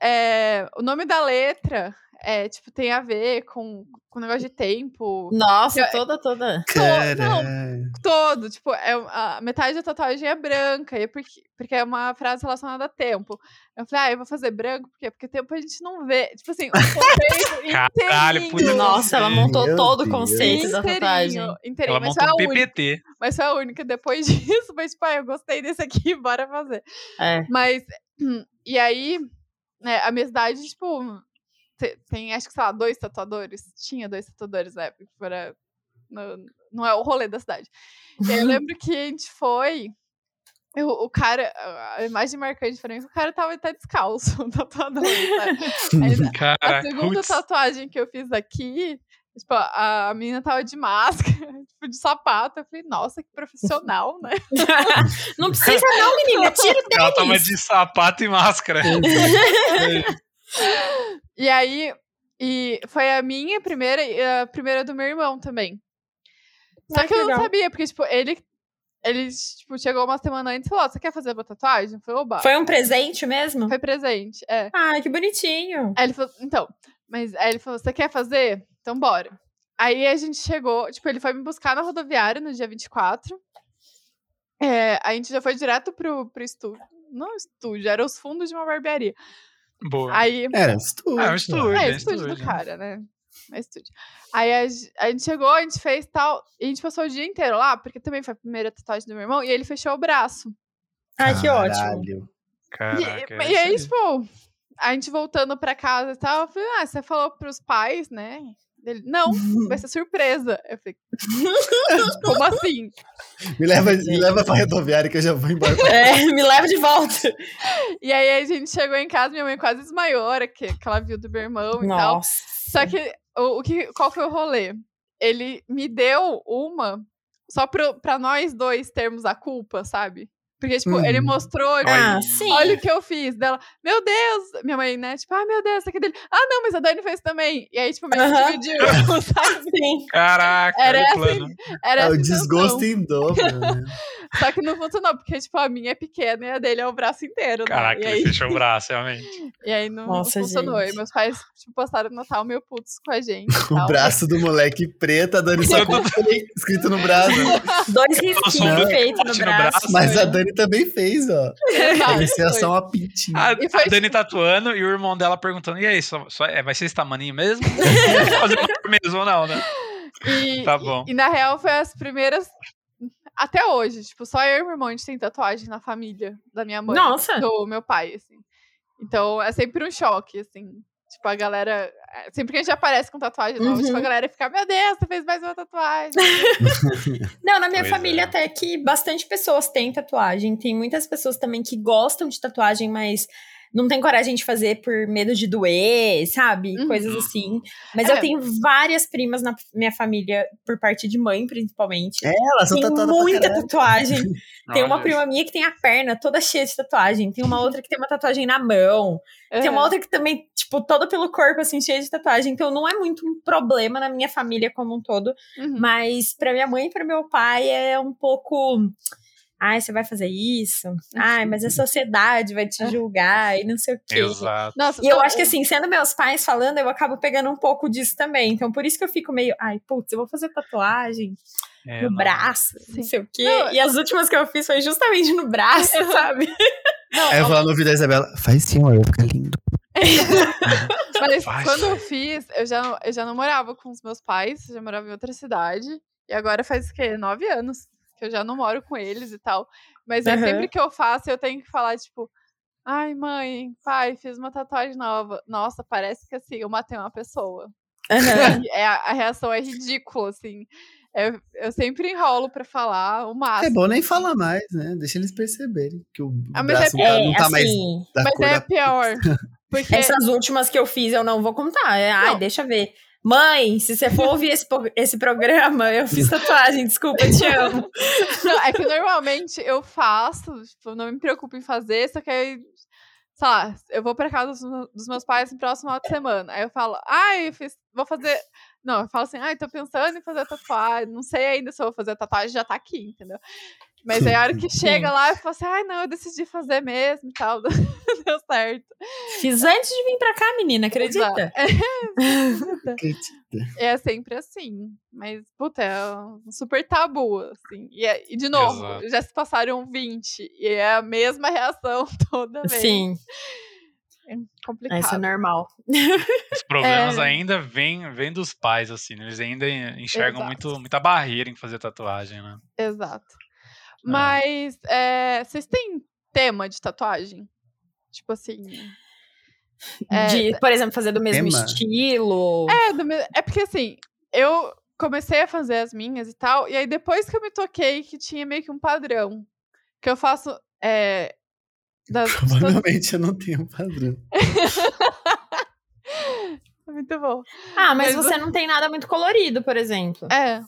é, o nome da letra é, tipo, tem a ver com, com o negócio de tempo. Nossa, Eu- toda, toda. não. Cara. todo, tipo, é, a metade da tatuagem é branca, e é porque, porque é uma frase relacionada a tempo. Eu falei, ah, eu vou fazer branco, por quê? Porque tempo a gente não vê. Tipo assim, o conceito Caralho, inteirinho. puta Nossa, ela montou Meu todo o Deus. conceito da tatuagem. Inteirinho, inteirinho, Ela mas montou foi, a um única, PPT. mas foi a única depois disso. Mas, tipo, ah, eu gostei desse aqui, bora fazer. É. Mas, e aí, né, a minha cidade, tipo, te- tem, acho que, sei lá, dois tatuadores. Tinha dois tatuadores na época, para no- não é o rolê da cidade. E aí eu lembro que a gente foi. eu- o cara, a- a imagem marcante pra mim, é que o cara tava até descalço, um tatuador. sabe? Aí, tá, a Caraca, segunda putz. tatuagem que eu fiz aqui, tipo, a, a menina tava de máscara, tipo, de sapato. Eu falei, nossa, que profissional, né? não precisa não, menina. Tira o Ela tava tênis. de sapato e máscara. E aí, e foi a minha primeira e a primeira do meu irmão também. Só Ah, que eu não legal. sabia, porque, tipo, ele, ele tipo, chegou uma semana antes e falou, "Ó, você quer fazer uma tatuagem? Eu falei, oba, Foi um presente mesmo? foi presente, é. Ai, que bonitinho. Aí ele falou, então, mas aí ele falou, você quer fazer? Então bora. Aí a gente chegou, tipo, ele foi me buscar na rodoviária no dia 24. É, a gente já foi direto pro, pro estúdio. Não estúdio, era os fundos de uma barbearia. Boa. Aí. Era estúdio. Ah, é um estúdio. É, é estúdio do estúdio. cara, né? É estúdio. Aí a, ge- a gente chegou, a gente fez tal. E a gente passou o dia inteiro lá, porque também foi a primeira tatuagem do meu irmão, e ele fechou o braço. Ai, que ótimo. Caralho. E- Caraca, é e, aí, isso tipo, a gente voltando pra casa e tal, eu falei, ah, você falou pros pais, né? Ele, não, vai ser surpresa. Eu falei, como assim? Me leva, me leva pra rodoviária que eu já vou embora. É, me leva de volta. E aí a gente chegou em casa, minha mãe quase desmaiou, a hora que, que ela viu do meu irmão e tal. Nossa. Só que, o, o que, qual foi o rolê? Ele me deu uma só pro, pra nós dois termos a culpa, sabe? Porque, tipo, ele Hum. mostrou, eu Ah, sim. Olha o que eu fiz dela. Meu Deus! Minha mãe, né? Tipo, ah, meu Deus, isso aqui é dele. Ah, não, mas a Dani fez também. E aí, tipo, meio que Aham. dividiu, sabe? Sim. Caraca, Era era o essa plano. Era É essa o a intenção. desgosto em dobro, né? Só que não funcionou, porque, tipo, a minha é pequena e a dele é o braço inteiro, né? Caraca, e, ele aí, fechou o braço, realmente. e aí não Nossa, funcionou. gente. E meus pais, tipo, passaram o Natal meio putos com a gente. e O tal. braço do moleque preto, a Dani só Eu com tô- três escrito no braço. Dois sou risquinhos muito feitos no forte no braço. braço. Mas a Dani também fez, ó. Exato, Parecia Ah, foi. só uma pintinha. A, E foi- a Ah, Dani tatuando e o irmão dela perguntando: e aí, só, só- é, vai ser esse tamaninho mesmo? Fazer mesmo ou não, né? E, Tá bom. e, na real, foi as primeiras. Até hoje, tipo, só eu e meu irmão a gente tem tatuagem na família da minha mãe. Nossa. do meu pai, assim. Então é sempre um choque, assim. Tipo, a galera. é, Sempre que a gente aparece com tatuagem nova, Uhum. tipo, a galera fica, meu Deus, você fez mais uma tatuagem. Não, na minha Pois família é. até que bastante pessoas têm tatuagem. Tem muitas pessoas também que gostam de tatuagem, mas não tem coragem de fazer por medo de doer, sabe? Uhum. Coisas assim. Mas É. eu tenho várias primas na minha família, por parte de mãe, principalmente. Ela só Tem tatuada pra muita caralho. tatuagem. Tem uma Olha, prima minha que tem a perna toda cheia de tatuagem. Tem uma outra que tem uma tatuagem na mão. Tem uma outra que também, tipo, toda pelo corpo, assim, cheia de tatuagem. Então não é muito um problema na minha família como um todo. Uhum. Mas pra minha mãe e pra meu pai é um pouco. Ai, você vai fazer isso? Ai, mas a Uhum. sociedade vai te julgar e não sei o quê. Exato. Nossa, E eu então, acho que assim, sendo meus pais falando, eu acabo pegando um pouco disso também. Então, por isso que eu fico meio, ai, putz, eu vou fazer tatuagem É, no não. braço, Sim. não sei o quê. Não, e as últimas que eu fiz foi justamente no braço, sabe? não, Aí eu vou lá no vídeo da Isabela. Faz sim, amor, vai ficar lindo. mas Faz. quando eu fiz, eu já, não- eu já não morava com os meus pais, eu já morava em outra cidade. E agora faz o quê? Nove anos que eu já não moro com eles e tal. Mas é Aham. sempre que eu faço, eu tenho que falar, tipo, ai, mãe, pai, fiz uma tatuagem nova. Nossa, parece que assim, eu matei uma pessoa. Aham. É, a a reação é ridícula, assim. É- eu sempre enrolo pra falar o É máximo. bom nem falar mais, né? Deixa eles perceberem que o Ah, mas braço é- do cara não tá mais assim, da mas cor é da- pior. Porque Essas últimas que eu fiz, eu não vou contar. É, Ai, É. Não. deixa eu ver. Mãe, se você for ouvir esse, po- esse programa, eu fiz tatuagem, desculpa, te amo. Não, é que normalmente eu faço, tipo, eu não me preocupo em fazer, só que aí, sei lá, eu vou pra casa dos, me- dos meus pais no próximo final de semana. Aí eu falo, ai, eu fiz- vou fazer. Não, eu falo assim, ai, tô pensando em fazer tatuagem, não sei ainda se eu vou fazer tatuagem, já tá aqui, entendeu? Mas aí a hora que chega lá, eu falo assim, ai, não, eu decidi fazer mesmo e tal, deu certo. Fiz antes de vir pra cá, menina, acredita? É sempre assim. Mas, puta, é um super tabu, assim. E, é- e de novo, Exato. já se passaram 20. E é a mesma reação toda vez. Sim, Complicado. isso é normal. Os problemas É. ainda vêm vêm dos pais, assim, né? eles ainda enxergam Exato. muito, muita barreira em fazer tatuagem, né? Exato. Mas é, vocês têm tema de tatuagem? Tipo assim. É, De, por exemplo, fazer do mesmo Tema? estilo. É, do meu- é porque assim, eu comecei a fazer as minhas e tal, e aí depois que eu me toquei que tinha meio que um padrão. Que eu faço. É, das, Provavelmente eu não tenho padrão. muito bom. Ah, mas Mas- você não tem nada muito colorido, por exemplo. É.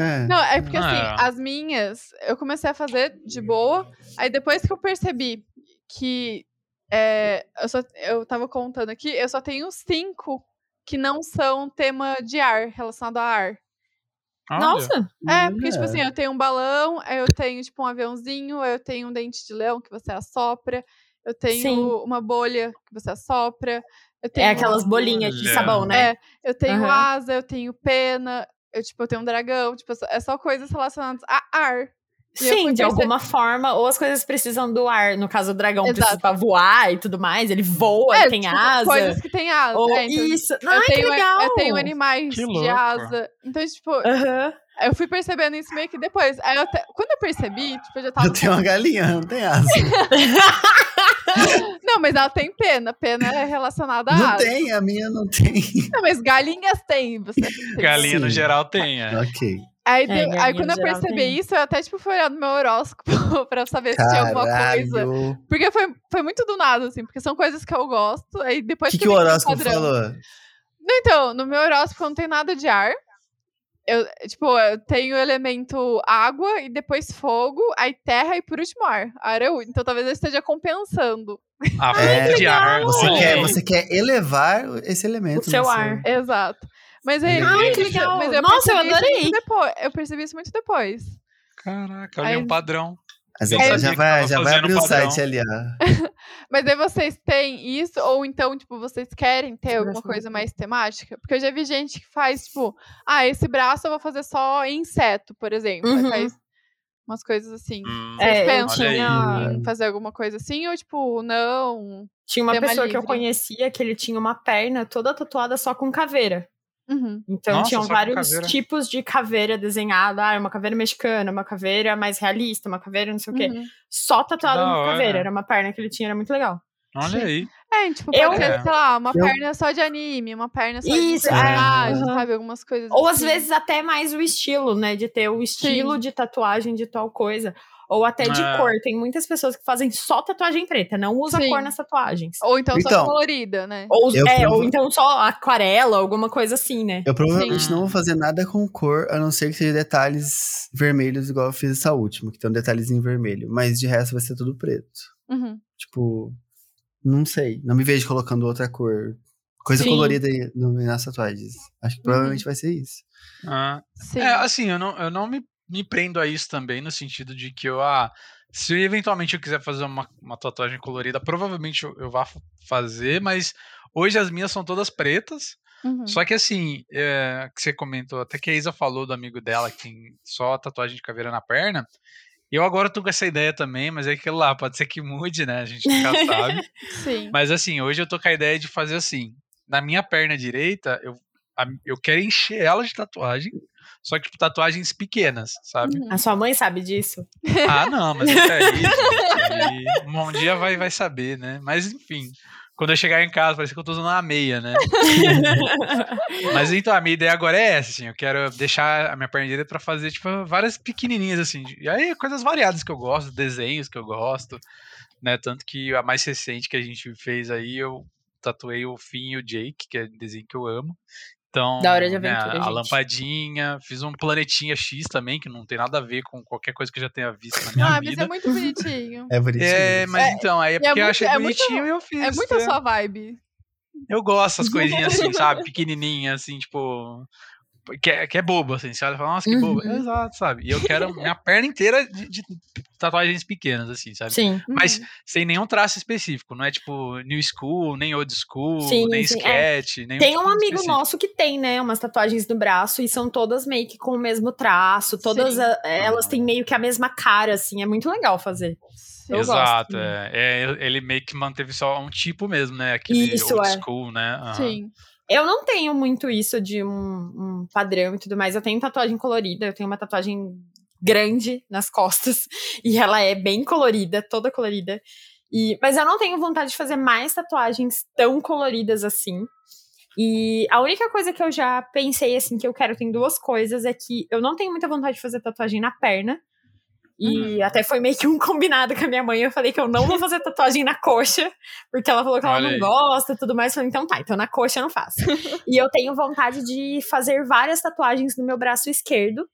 É. Não, é porque Ah. assim, as minhas eu comecei a fazer de boa, aí depois que eu percebi que é, eu, só, eu tava contando aqui, eu só tenho cinco que não são tema de ar, relacionado a ar. Olha, Nossa, É, porque, tipo É. assim, eu tenho um balão, aí eu tenho, tipo, um aviãozinho, aí eu tenho um dente de leão que você assopra, eu tenho Sim. uma bolha que você assopra, eu tenho é aquelas bolinhas de Olha. sabão, né? É, eu tenho Aham. asa, eu tenho pena, eu, tipo, eu tenho um dragão, tipo, é só- é só coisas relacionadas a ar. E eu Sim, fui perce- de alguma forma, ou as coisas precisam do ar. No caso, o dragão Exato. precisa pra voar e tudo mais, ele voa, É, ele tem tipo, asa. Coisas que tem asa. Ou é, então, isso. Eu, Ai, tenho, que legal. eu tenho animais Que de louco. asa. Então, tipo, Aham. eu fui percebendo isso meio que depois. Aí eu até- quando eu percebi, tipo, eu já tava. Eu tenho uma galinha, não tem asa. Não, mas ela tem pena. Pena é relacionada a Não asa. tem, a minha não tem. Não, mas galinhas tem. Você Galinha no Sim. geral tem, é. ok. Aí, deu- galinha aí quando no eu geral percebi tem. isso, eu até tipo, fui olhar no meu horóscopo pra saber se tinha alguma coisa. Caralho. O Porque foi, foi muito do nada, assim, porque são coisas que eu gosto. Aí depois que, que, que o eu vi horóscopo padrão- falou? Não, então, no meu horóscopo não tem nada de ar. Eu, tipo, eu tenho o elemento água e depois fogo, aí terra e por último ar. ar é o- então talvez eu esteja compensando. A É. falta de ar. Você, olha quer, aí. você quer elevar esse elemento. O seu no ar. Exato. Mas aí. Ai, que isso- legal. Mas eu Nossa, eu percebi isso adorei. muito depois- eu percebi isso muito depois. Caraca, olha Aí- um padrão. Mas Eu ela sabia já que vai, tava já vai fazendo abrir o padrão. site ali, ó. Mas aí vocês têm isso, ou então, tipo, vocês querem ter Esse alguma braço não coisa mais temática? Porque eu já vi gente que faz, tipo, ah, esse braço eu vou fazer só inseto, por exemplo. Aí Uhum. Faz umas coisas assim. Hum, Vocês É, eu pensam né? olha em fazer alguma coisa assim? Ou, tipo, não? Tinha uma Tema pessoa que eu livre. conhecia que ele tinha uma perna toda tatuada só com caveira. Uhum. Então Nossa, tinham só com vários caveira. tipos de caveira desenhada. Ah, uma caveira mexicana, uma caveira mais realista, uma caveira não sei o quê. uhum. Só tatuada Que da com hora. caveira. Era uma perna que ele tinha, era muito legal. olha aí. É, tipo, Eu- pode ser, sei lá, uma Eu- perna só de anime, uma perna só de Isso, é. personagem, Aham. sabe? Algumas coisas Ou às assim. vezes até mais o estilo, né? De ter o estilo de tatuagem de tal coisa. Ou até de É. cor. Tem muitas pessoas que fazem só tatuagem preta, não usa Sim. cor nas tatuagens. Ou então, só Então, colorida, né? Ou, Eu é, prova- ou então só aquarela, alguma coisa assim, né? Eu provavelmente Sim. não vou fazer nada com cor, a não ser que seja detalhes vermelhos, igual eu fiz essa última, que tem um detalhezinho vermelho. Mas de resto vai ser tudo preto. Uhum. Tipo, não sei. Não me vejo colocando outra cor. Coisa Sim. colorida aí no- nas tatuagens. Acho Uhum. que provavelmente vai ser isso. Ah, Sim. É, assim, eu não, eu não me, me prendo a isso também, no sentido de que eu, ah, se eventualmente eu quiser fazer uma, uma tatuagem colorida, provavelmente eu, eu vá fa- fazer, mas hoje as minhas são todas pretas. Uhum. Só que assim, é, que você comentou, até que a Isa falou do amigo dela que tem só tatuagem de caveira na perna. Eu agora tô com essa ideia também, mas é aquilo lá, pode ser que mude, né? A gente nunca sabe. Sim. Mas assim, hoje eu tô com a ideia de fazer assim. Na minha perna direita, eu, a- eu quero encher ela de tatuagem. Só que, tipo, tatuagens pequenas, sabe? Uhum. A sua mãe sabe disso? é Ah, não, mas até aí. gente, aí um dia vai, vai saber, né? Mas enfim. Quando eu chegar em casa, parece que eu tô usando uma meia, né? Mas então, a minha ideia agora é essa, assim. Eu quero deixar a minha perna direita pra fazer, tipo, várias pequenininhas, assim. de- E aí, coisas variadas que eu gosto, desenhos que eu gosto, né? Tanto que a mais recente que a gente fez aí, eu tatuei o Finn e o Jake, que é um desenho que eu amo. Então, Da hora de né, aventura, a gente. lampadinha, fiz um planetinha X também, que não tem nada a ver com qualquer coisa que eu já tenha visto na minha Ah, mas vida. é muito bonitinho. É bonitinho. É, mas então, aí e é é porque eu muito- achei é muito- bonitinho e eu fiz. É muito a né? sua vibe. Eu gosto das coisinhas assim, sabe? Pequenininhas, assim, tipo. Que é, que é bobo, assim. Você olha e fala, nossa, que bobo. Uhum. Exato, sabe? E eu quero minha perna inteira de, de tatuagens pequenas, assim, sabe? Sim. Mas Uhum. sem nenhum traço específico. Não é tipo new school, nem old school, Sim, nem sim, sketch. nem tipo Tem um amigo nosso. nosso que tem, né, umas tatuagens no braço e são todas meio que com o mesmo traço, todas Sim. a- elas têm meio que a mesma cara, assim, é muito legal fazer. Eu gosto Exato, também. é. É, Ele meio que manteve só um tipo mesmo, né? Aquele Isso, old é. school, né? Aham. Sim. Eu não tenho muito isso de um, um padrão e tudo mais, eu tenho tatuagem colorida, eu tenho uma tatuagem grande nas costas e ela é bem colorida, toda colorida. E, mas eu não tenho vontade de fazer mais tatuagens tão coloridas assim. E a única coisa que eu já pensei, assim, que eu quero, tem duas coisas, é que eu não tenho muita vontade de fazer tatuagem na perna. Uhum. E até foi meio que um combinado com a minha mãe. Eu falei que eu não vou fazer tatuagem na coxa, porque ela falou que ela Olha não aí. gosta e tudo mais. Eu falei, então tá, então na coxa eu não faço. e eu tenho vontade de fazer várias tatuagens no meu braço esquerdo.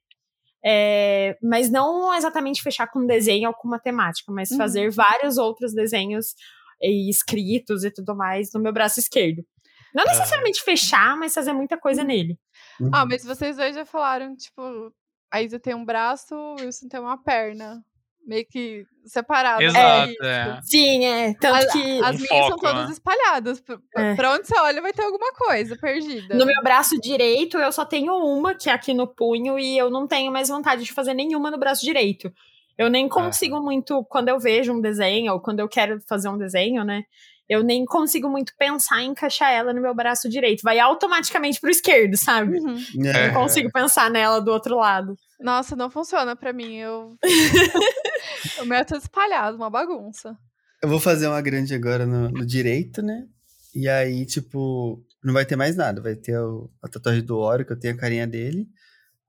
É, mas não exatamente fechar com desenho ou com uma temática, mas Uhum. fazer vários outros desenhos e escritos e tudo mais no meu braço esquerdo. Não necessariamente fechar, mas fazer muita coisa nele. Uhum. Ah, mas vocês dois já falaram, tipo, a Isa tem um braço, o Wilson tem uma perna. Meio que separado. né? Exato, Isso. é. Sim, é. Tanto que As Um minhas são foco, todas né? espalhadas. Pra, É. pra onde você olha, vai ter alguma coisa perdida. no meu braço direito eu só tenho uma, que é aqui no punho, e eu não tenho mais vontade de fazer nenhuma no braço direito. Eu nem consigo muito, quando eu vejo um desenho, ou quando eu quero fazer um desenho, né? Eu nem consigo muito pensar em encaixar ela no meu braço direito. Vai automaticamente pro esquerdo, sabe? Uhum. É. Não consigo pensar nela do outro lado. Nossa, não funciona pra mim. Eu. o meu é todo espalhado, uma bagunça. Eu vou fazer uma grande agora no, no direito, né? E aí, tipo, não vai ter mais nada. Vai ter o- a tatuagem do Oro, que eu tenho a carinha dele.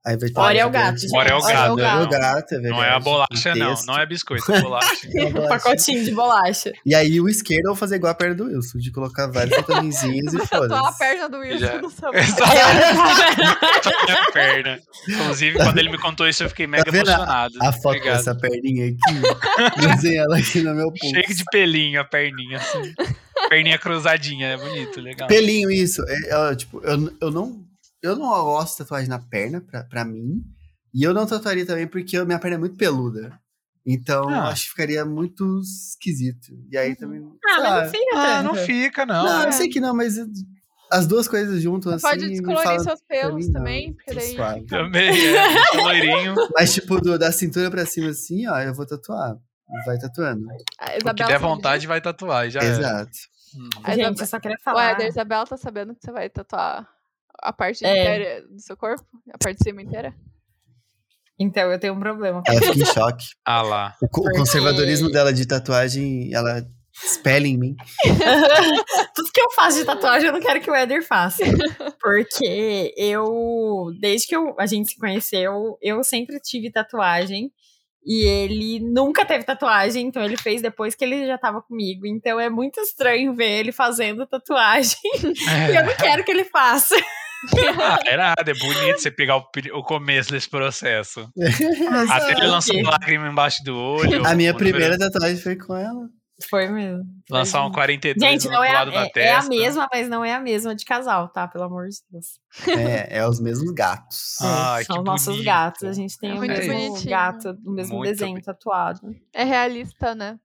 Aí vai ter Ori é uma o gato, grande- gente. Ora é o Ora gado. é o gado. Ori é não. o gato, é verdade. Não é a bolacha, Um não. texto. Não é biscoito, é bolacha. É a Um bolacha. pacotinho de bolacha. E aí o esquerdo eu vou fazer igual a perna do Wilson, de colocar vários tatuagenzinhos e Eu tô a foda-se. perna do Wilson Já- no seu braço. Ah, Exato. Só minha perna. Inclusive, quando ele me contou isso, eu fiquei mega Tá vendo a- emocionado. assim, A foto Obrigado. dessa perninha aqui, desenha ela aqui no meu pulso. Cheio de pelinho a perninha, assim. Perninha cruzadinha, é bonito, legal. Pelinho, isso. É, é, tipo, eu, eu não. Eu não gosto de tatuagem na perna, pra, pra mim. E eu não tatuaria também porque eu- minha perna é muito peluda. Então, Ah. acho que ficaria muito esquisito. E Uhum. aí também. Ah, sei mas lá. não fica Ah, não tanto. fica, não. Não, é. eu sei que não, mas as duas coisas juntas assim. Pode me descolorir falam seus pra pelos mim, não, também, porque tô daí. suave. Também, é. Loirinho. Mas, tipo, do- da cintura pra cima, assim, ó, eu vou tatuar. Vai tatuando. A O que Isabela der sabe vontade vai tatuar, já era. Exato. Hum. Aí Gente, dá- eu só queria disso. Ué, falar. da Isabela tá sabendo que você vai tatuar a parte É. inteira do seu corpo? A parte de cima inteira? Então, eu tenho um problema. Ela fica em choque. Ah lá. O, co- o Porque- conservadorismo dela de tatuagem, ela espelha em mim. Tudo que eu faço de tatuagem, eu não quero que o Éder faça. Porque eu, desde que eu- a gente se conheceu, eu sempre tive tatuagem. E ele nunca teve tatuagem, então ele fez depois que ele já tava comigo. Então é muito estranho ver ele fazendo tatuagem. E eu não quero que ele faça. Ah, é nada, é bonito você pegar o, pri- o começo desse processo. Até ele Ah, lançar ok. uma lágrima embaixo do olho. A minha o número- primeira tatuagem foi com ela. Foi mesmo. Lançar um 42 Gente, no não é lado a, da é, é a testa. mesma, mas não é a mesma de casal, tá? Pelo amor de Deus. É, É, é os mesmos gatos. Ai, São que os nossos bonito. gatos. A gente tem É o muito mesmo bonitinho. gato, o mesmo Muito desenho bem. tatuado. É realista, né?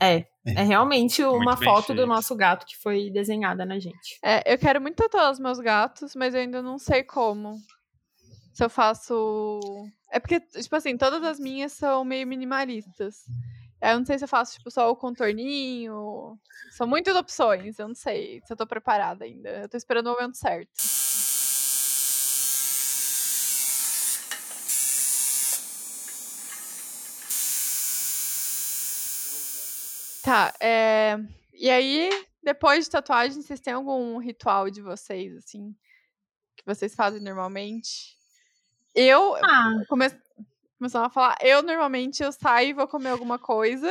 É realmente uma bem foto do feito. nosso gato que foi desenhada na gente. É, eu quero muito tatuar os meus gatos, mas eu ainda não sei como. Se eu faço. É porque, tipo assim, todas as minhas são meio minimalistas. Aí Eu não sei se eu faço, tipo, só o contorninho. São muitas opções. Eu não sei se eu tô preparada ainda. Eu tô esperando o momento certo. Tá, é... eh, E aí, Depois de tatuagem, vocês têm algum ritual de vocês, assim? Que vocês fazem normalmente? Eu Ah, come... começava a falar, eu normalmente eu saio e vou comer alguma coisa.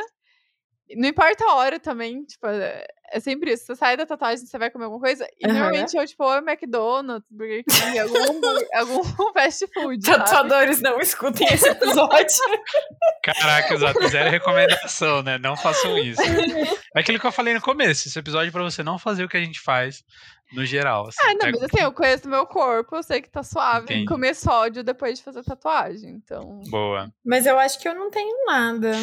Não importa a hora também, tipo, é é sempre isso. Você sai da tatuagem, você vai comer alguma coisa. E Aham. normalmente eu, tipo, ou é McDonald's, Burger King, algum, hambúrguer- algum fast food. Tá sabe? tatuadores não escutem esse episódio. Caraca, exato. Zero recomendação, né? Não façam isso. É aquilo que eu falei no começo. Esse episódio é pra você não fazer o que a gente faz no geral. assim. Ah, não, Pega- mas assim, eu conheço meu corpo, eu sei que tá suave Entendi. comer sódio depois de fazer tatuagem. Então. Boa. Mas eu acho que eu não tenho nada.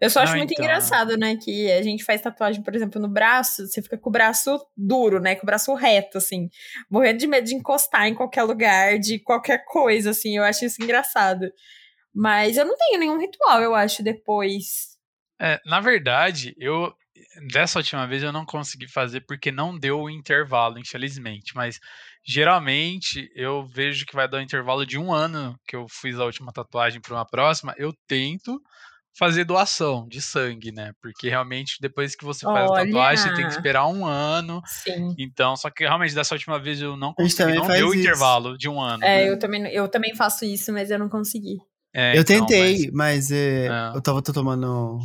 Eu só acho Não, muito então. engraçado, né? Que a gente faz tatuagem, por exemplo, no braço, você fica com o braço duro, né? Com o braço reto, assim. Morrendo de medo de encostar em qualquer lugar, de qualquer coisa, assim. Eu acho isso engraçado. Mas eu não tenho nenhum ritual, eu acho, depois. É, na verdade, eu. Dessa última vez eu não consegui fazer porque não deu o intervalo, infelizmente. Mas geralmente eu vejo que vai dar um intervalo de um ano que eu fiz a última tatuagem para uma próxima. Eu tento fazer doação de sangue, né? Porque realmente depois que você faz a tatuagem, você tem que Olha! esperar um ano. Sim. Então, só que realmente dessa última vez eu não A gente consegui, também não faz deu o isso. intervalo de um ano. É, né? eu também, eu também faço isso, mas eu não consegui. É, eu então, tentei, mas, é, Ah. eu tava tô tomando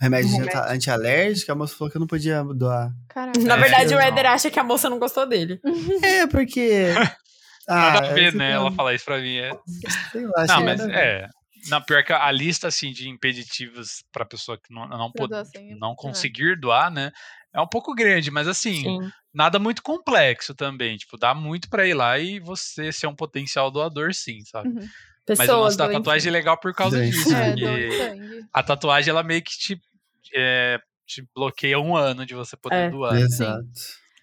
remédio, de Remédio. anta- anti-alérgico, a moça falou que eu não podia doar. Caraca. Na É, verdade, o não. Éder acha que a moça não gostou dele. É, porque. Ah, Nada a eu ver, sei né? lá, Ela falar isso pra mim. É, Sei lá, Não, achei mas nada a ver. é. Na pior que a lista assim, de impeditivos pra pessoa que não, não, Pra pod- doar sangue é não muito grande. conseguir doar, né? É um pouco grande, mas assim, nada muito complexo também. Tipo, dá muito pra ir lá e você ser um potencial doador, sim, sabe? Uhum. Mas o Pessoas. lance da doem- tatuagem é legal por causa Doem disso. É, sangue. porque dor de sangue. a tatuagem, ela meio que te, é, te bloqueia um ano de você poder É. doar. né? Exato.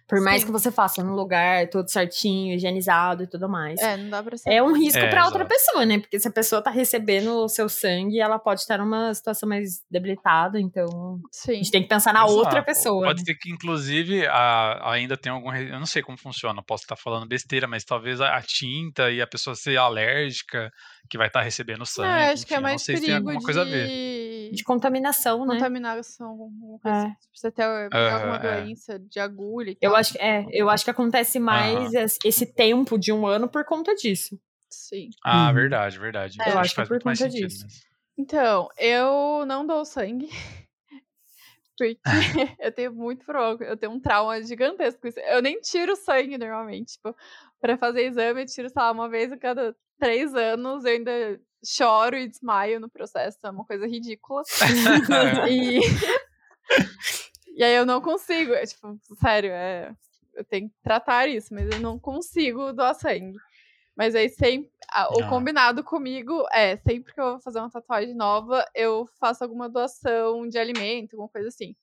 Por mais Sim. que você faça no lugar tudo certinho, higienizado e tudo mais. É. É, não dá pra ser. um risco É, pra outra exato. pessoa, né? Porque se a pessoa tá recebendo o seu sangue, ela pode estar numa situação mais debilitada. Então, a Sim. gente tem que pensar na Exato. outra pessoa. né? Pode ser que, inclusive, a- ainda tem algum. re- Eu não sei como funciona, posso estar falando besteira, mas talvez a, a tinta e a pessoa ser alérgica, que vai estar recebendo sangue. Ah, acho que é enfim, eu mais Não sei se tem perigo alguma de... coisa a ver. De contaminação, né? contaminação, alguma coisa É. assim. Se você tem Aham, alguma é. doença de agulha e Eu tal. acho, que- é, eu acho que acontece mais es- esse tempo de um ano por conta disso. Sim. Ah, Uhum. verdade, verdade. É, eu acho que por conta disso. mesmo. Então, eu não dou sangue. Porque eu tenho muito problema, eu tenho um trauma gigantesco com isso. Eu nem tiro sangue normalmente, tipo, pra fazer exame eu tiro, sei lá, uma vez a cada três anos, eu ainda choro e desmaio no processo, é uma coisa ridícula. E, e aí eu não consigo, é, tipo, sério, é, eu tenho que tratar isso, mas eu não consigo doar sangue. Mas aí sempre, a- o Ah. combinado comigo é, sempre que eu vou fazer uma tatuagem nova, eu faço alguma doação de alimento, alguma coisa assim.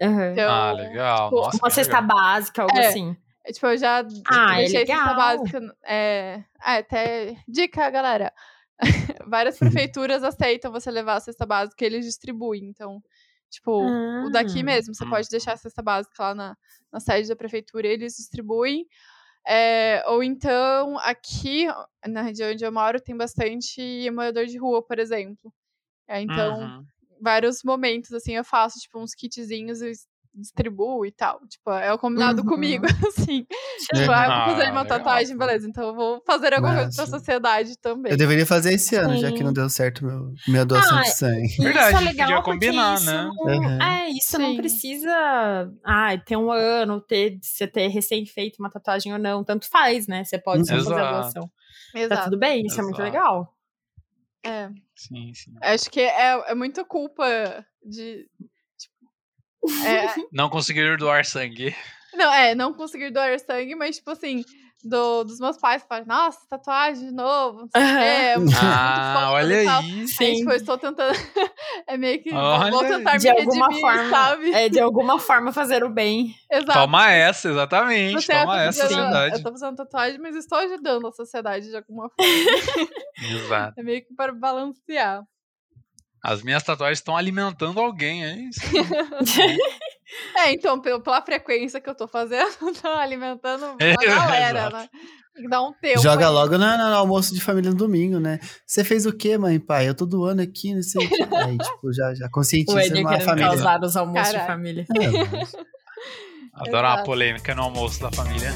Aham. Então, ah, legal. tipo, Nossa, Uma que cesta é legal. básica, algo É. assim. é, tipo, eu já Ah, é deixei cesta legal. básica. É, ah, até dica, galera. Várias prefeituras aceitam você levar a cesta básica e eles distribuem. Então, tipo, o daqui Ah. mesmo. Você Hum. pode deixar a cesta básica lá na, na sede da prefeitura, eles distribuem. É, ou então, aqui na região onde eu moro, tem bastante morador de rua, por exemplo. É, então, Uhum. vários momentos, assim, eu faço, tipo, uns kitzinhos e distribuo e tal. Tipo, é o combinado Uhum. É. comigo, assim. Tipo, Legal. ah, eu vou fazer Ah, uma legal. tatuagem, beleza. Então, eu vou fazer alguma coisa pra Massa. sociedade também. Eu deveria fazer esse ano, já que Sim. não deu certo meu, minha doação Ah, de sangue. E Verdade, isso é podia legal porque combinar, isso né? não- Uhum. É, isso não Sim. precisa ai, ter um ano, ter, você ter recém feito uma tatuagem ou não, tanto faz, né? Você pode só fazer a Exato. doação. Tá Exato. tudo bem, isso é muito Exato. legal. É. Sim, sim. Acho que é, é muita culpa de. tipo, é- Não conseguiram doar sangue. não, é, não conseguir doar sangue, mas, tipo assim, do, dos meus pais falam, nossa, tatuagem de novo. não sei o quê, é muito Ah, foda olha e tal. aí. Aí, tipo, eu estou tentando. é meio que. vou- vou Olha, tentar de me alguma redimir, forma, sabe? É de alguma forma fazer o bem. Exato. É, Toma essa, exatamente. ah, Toma tô essa, fazendo- sociedade. Eu tô fazendo tatuagem, mas estou ajudando a sociedade de alguma forma. Exato. É meio que para balancear. As minhas tatuagens estão alimentando alguém, é isso. É, então, pelo- pela frequência que eu tô fazendo, tá alimentando É, a galera, exato. né? Tem que dar um tempo. Joga aí. logo na- na- no almoço de família no domingo, né? Você fez o quê, mãe, pai? Eu tô doando aqui, não sei o quê. Aí, tipo, já, já O é conscientiza Éder uma querendo família. causar os almoços de Caralho. família. É, mas- Adoro uma Exato. polêmica no almoço da família.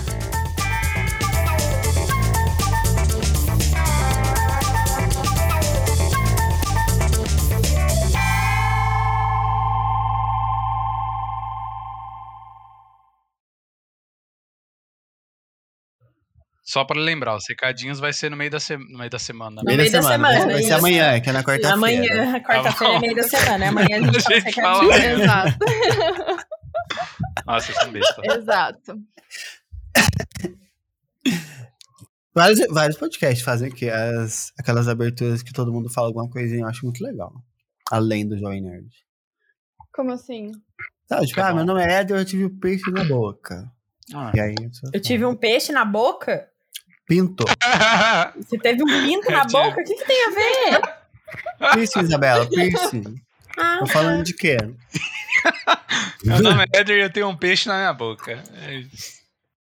Só pra lembrar, os recadinhos vai ser no meio da, se- no meio da semana. né? No Meio meio da semana, vai ser isso. amanhã, que é na quarta-feira. Amanhã, quarta-feira, Tá bom. é meio da semana. Amanhã a gente tá A fala gente essa cartinha. fala amanhã. Exato, Nossa, eu sou um besta. exato. Vários, vários podcasts fazem aqui as, aquelas aberturas que todo mundo fala alguma coisinha, eu acho muito legal. Além do Jovem Nerd. Como assim? Sabe, tipo, É ah, bom. meu nome é Eder, eu tive o peixe na boca. Ah. E aí, a pessoa Eu fala, tive um peixe na boca? Pinto. Você teve um pinto na Eu tive. boca? O que, que tem a ver? Piercing, Isabela, piercing. Ah, Tô falando de quê? Meu nome é Eder e eu tenho um peixe na minha boca. É isso.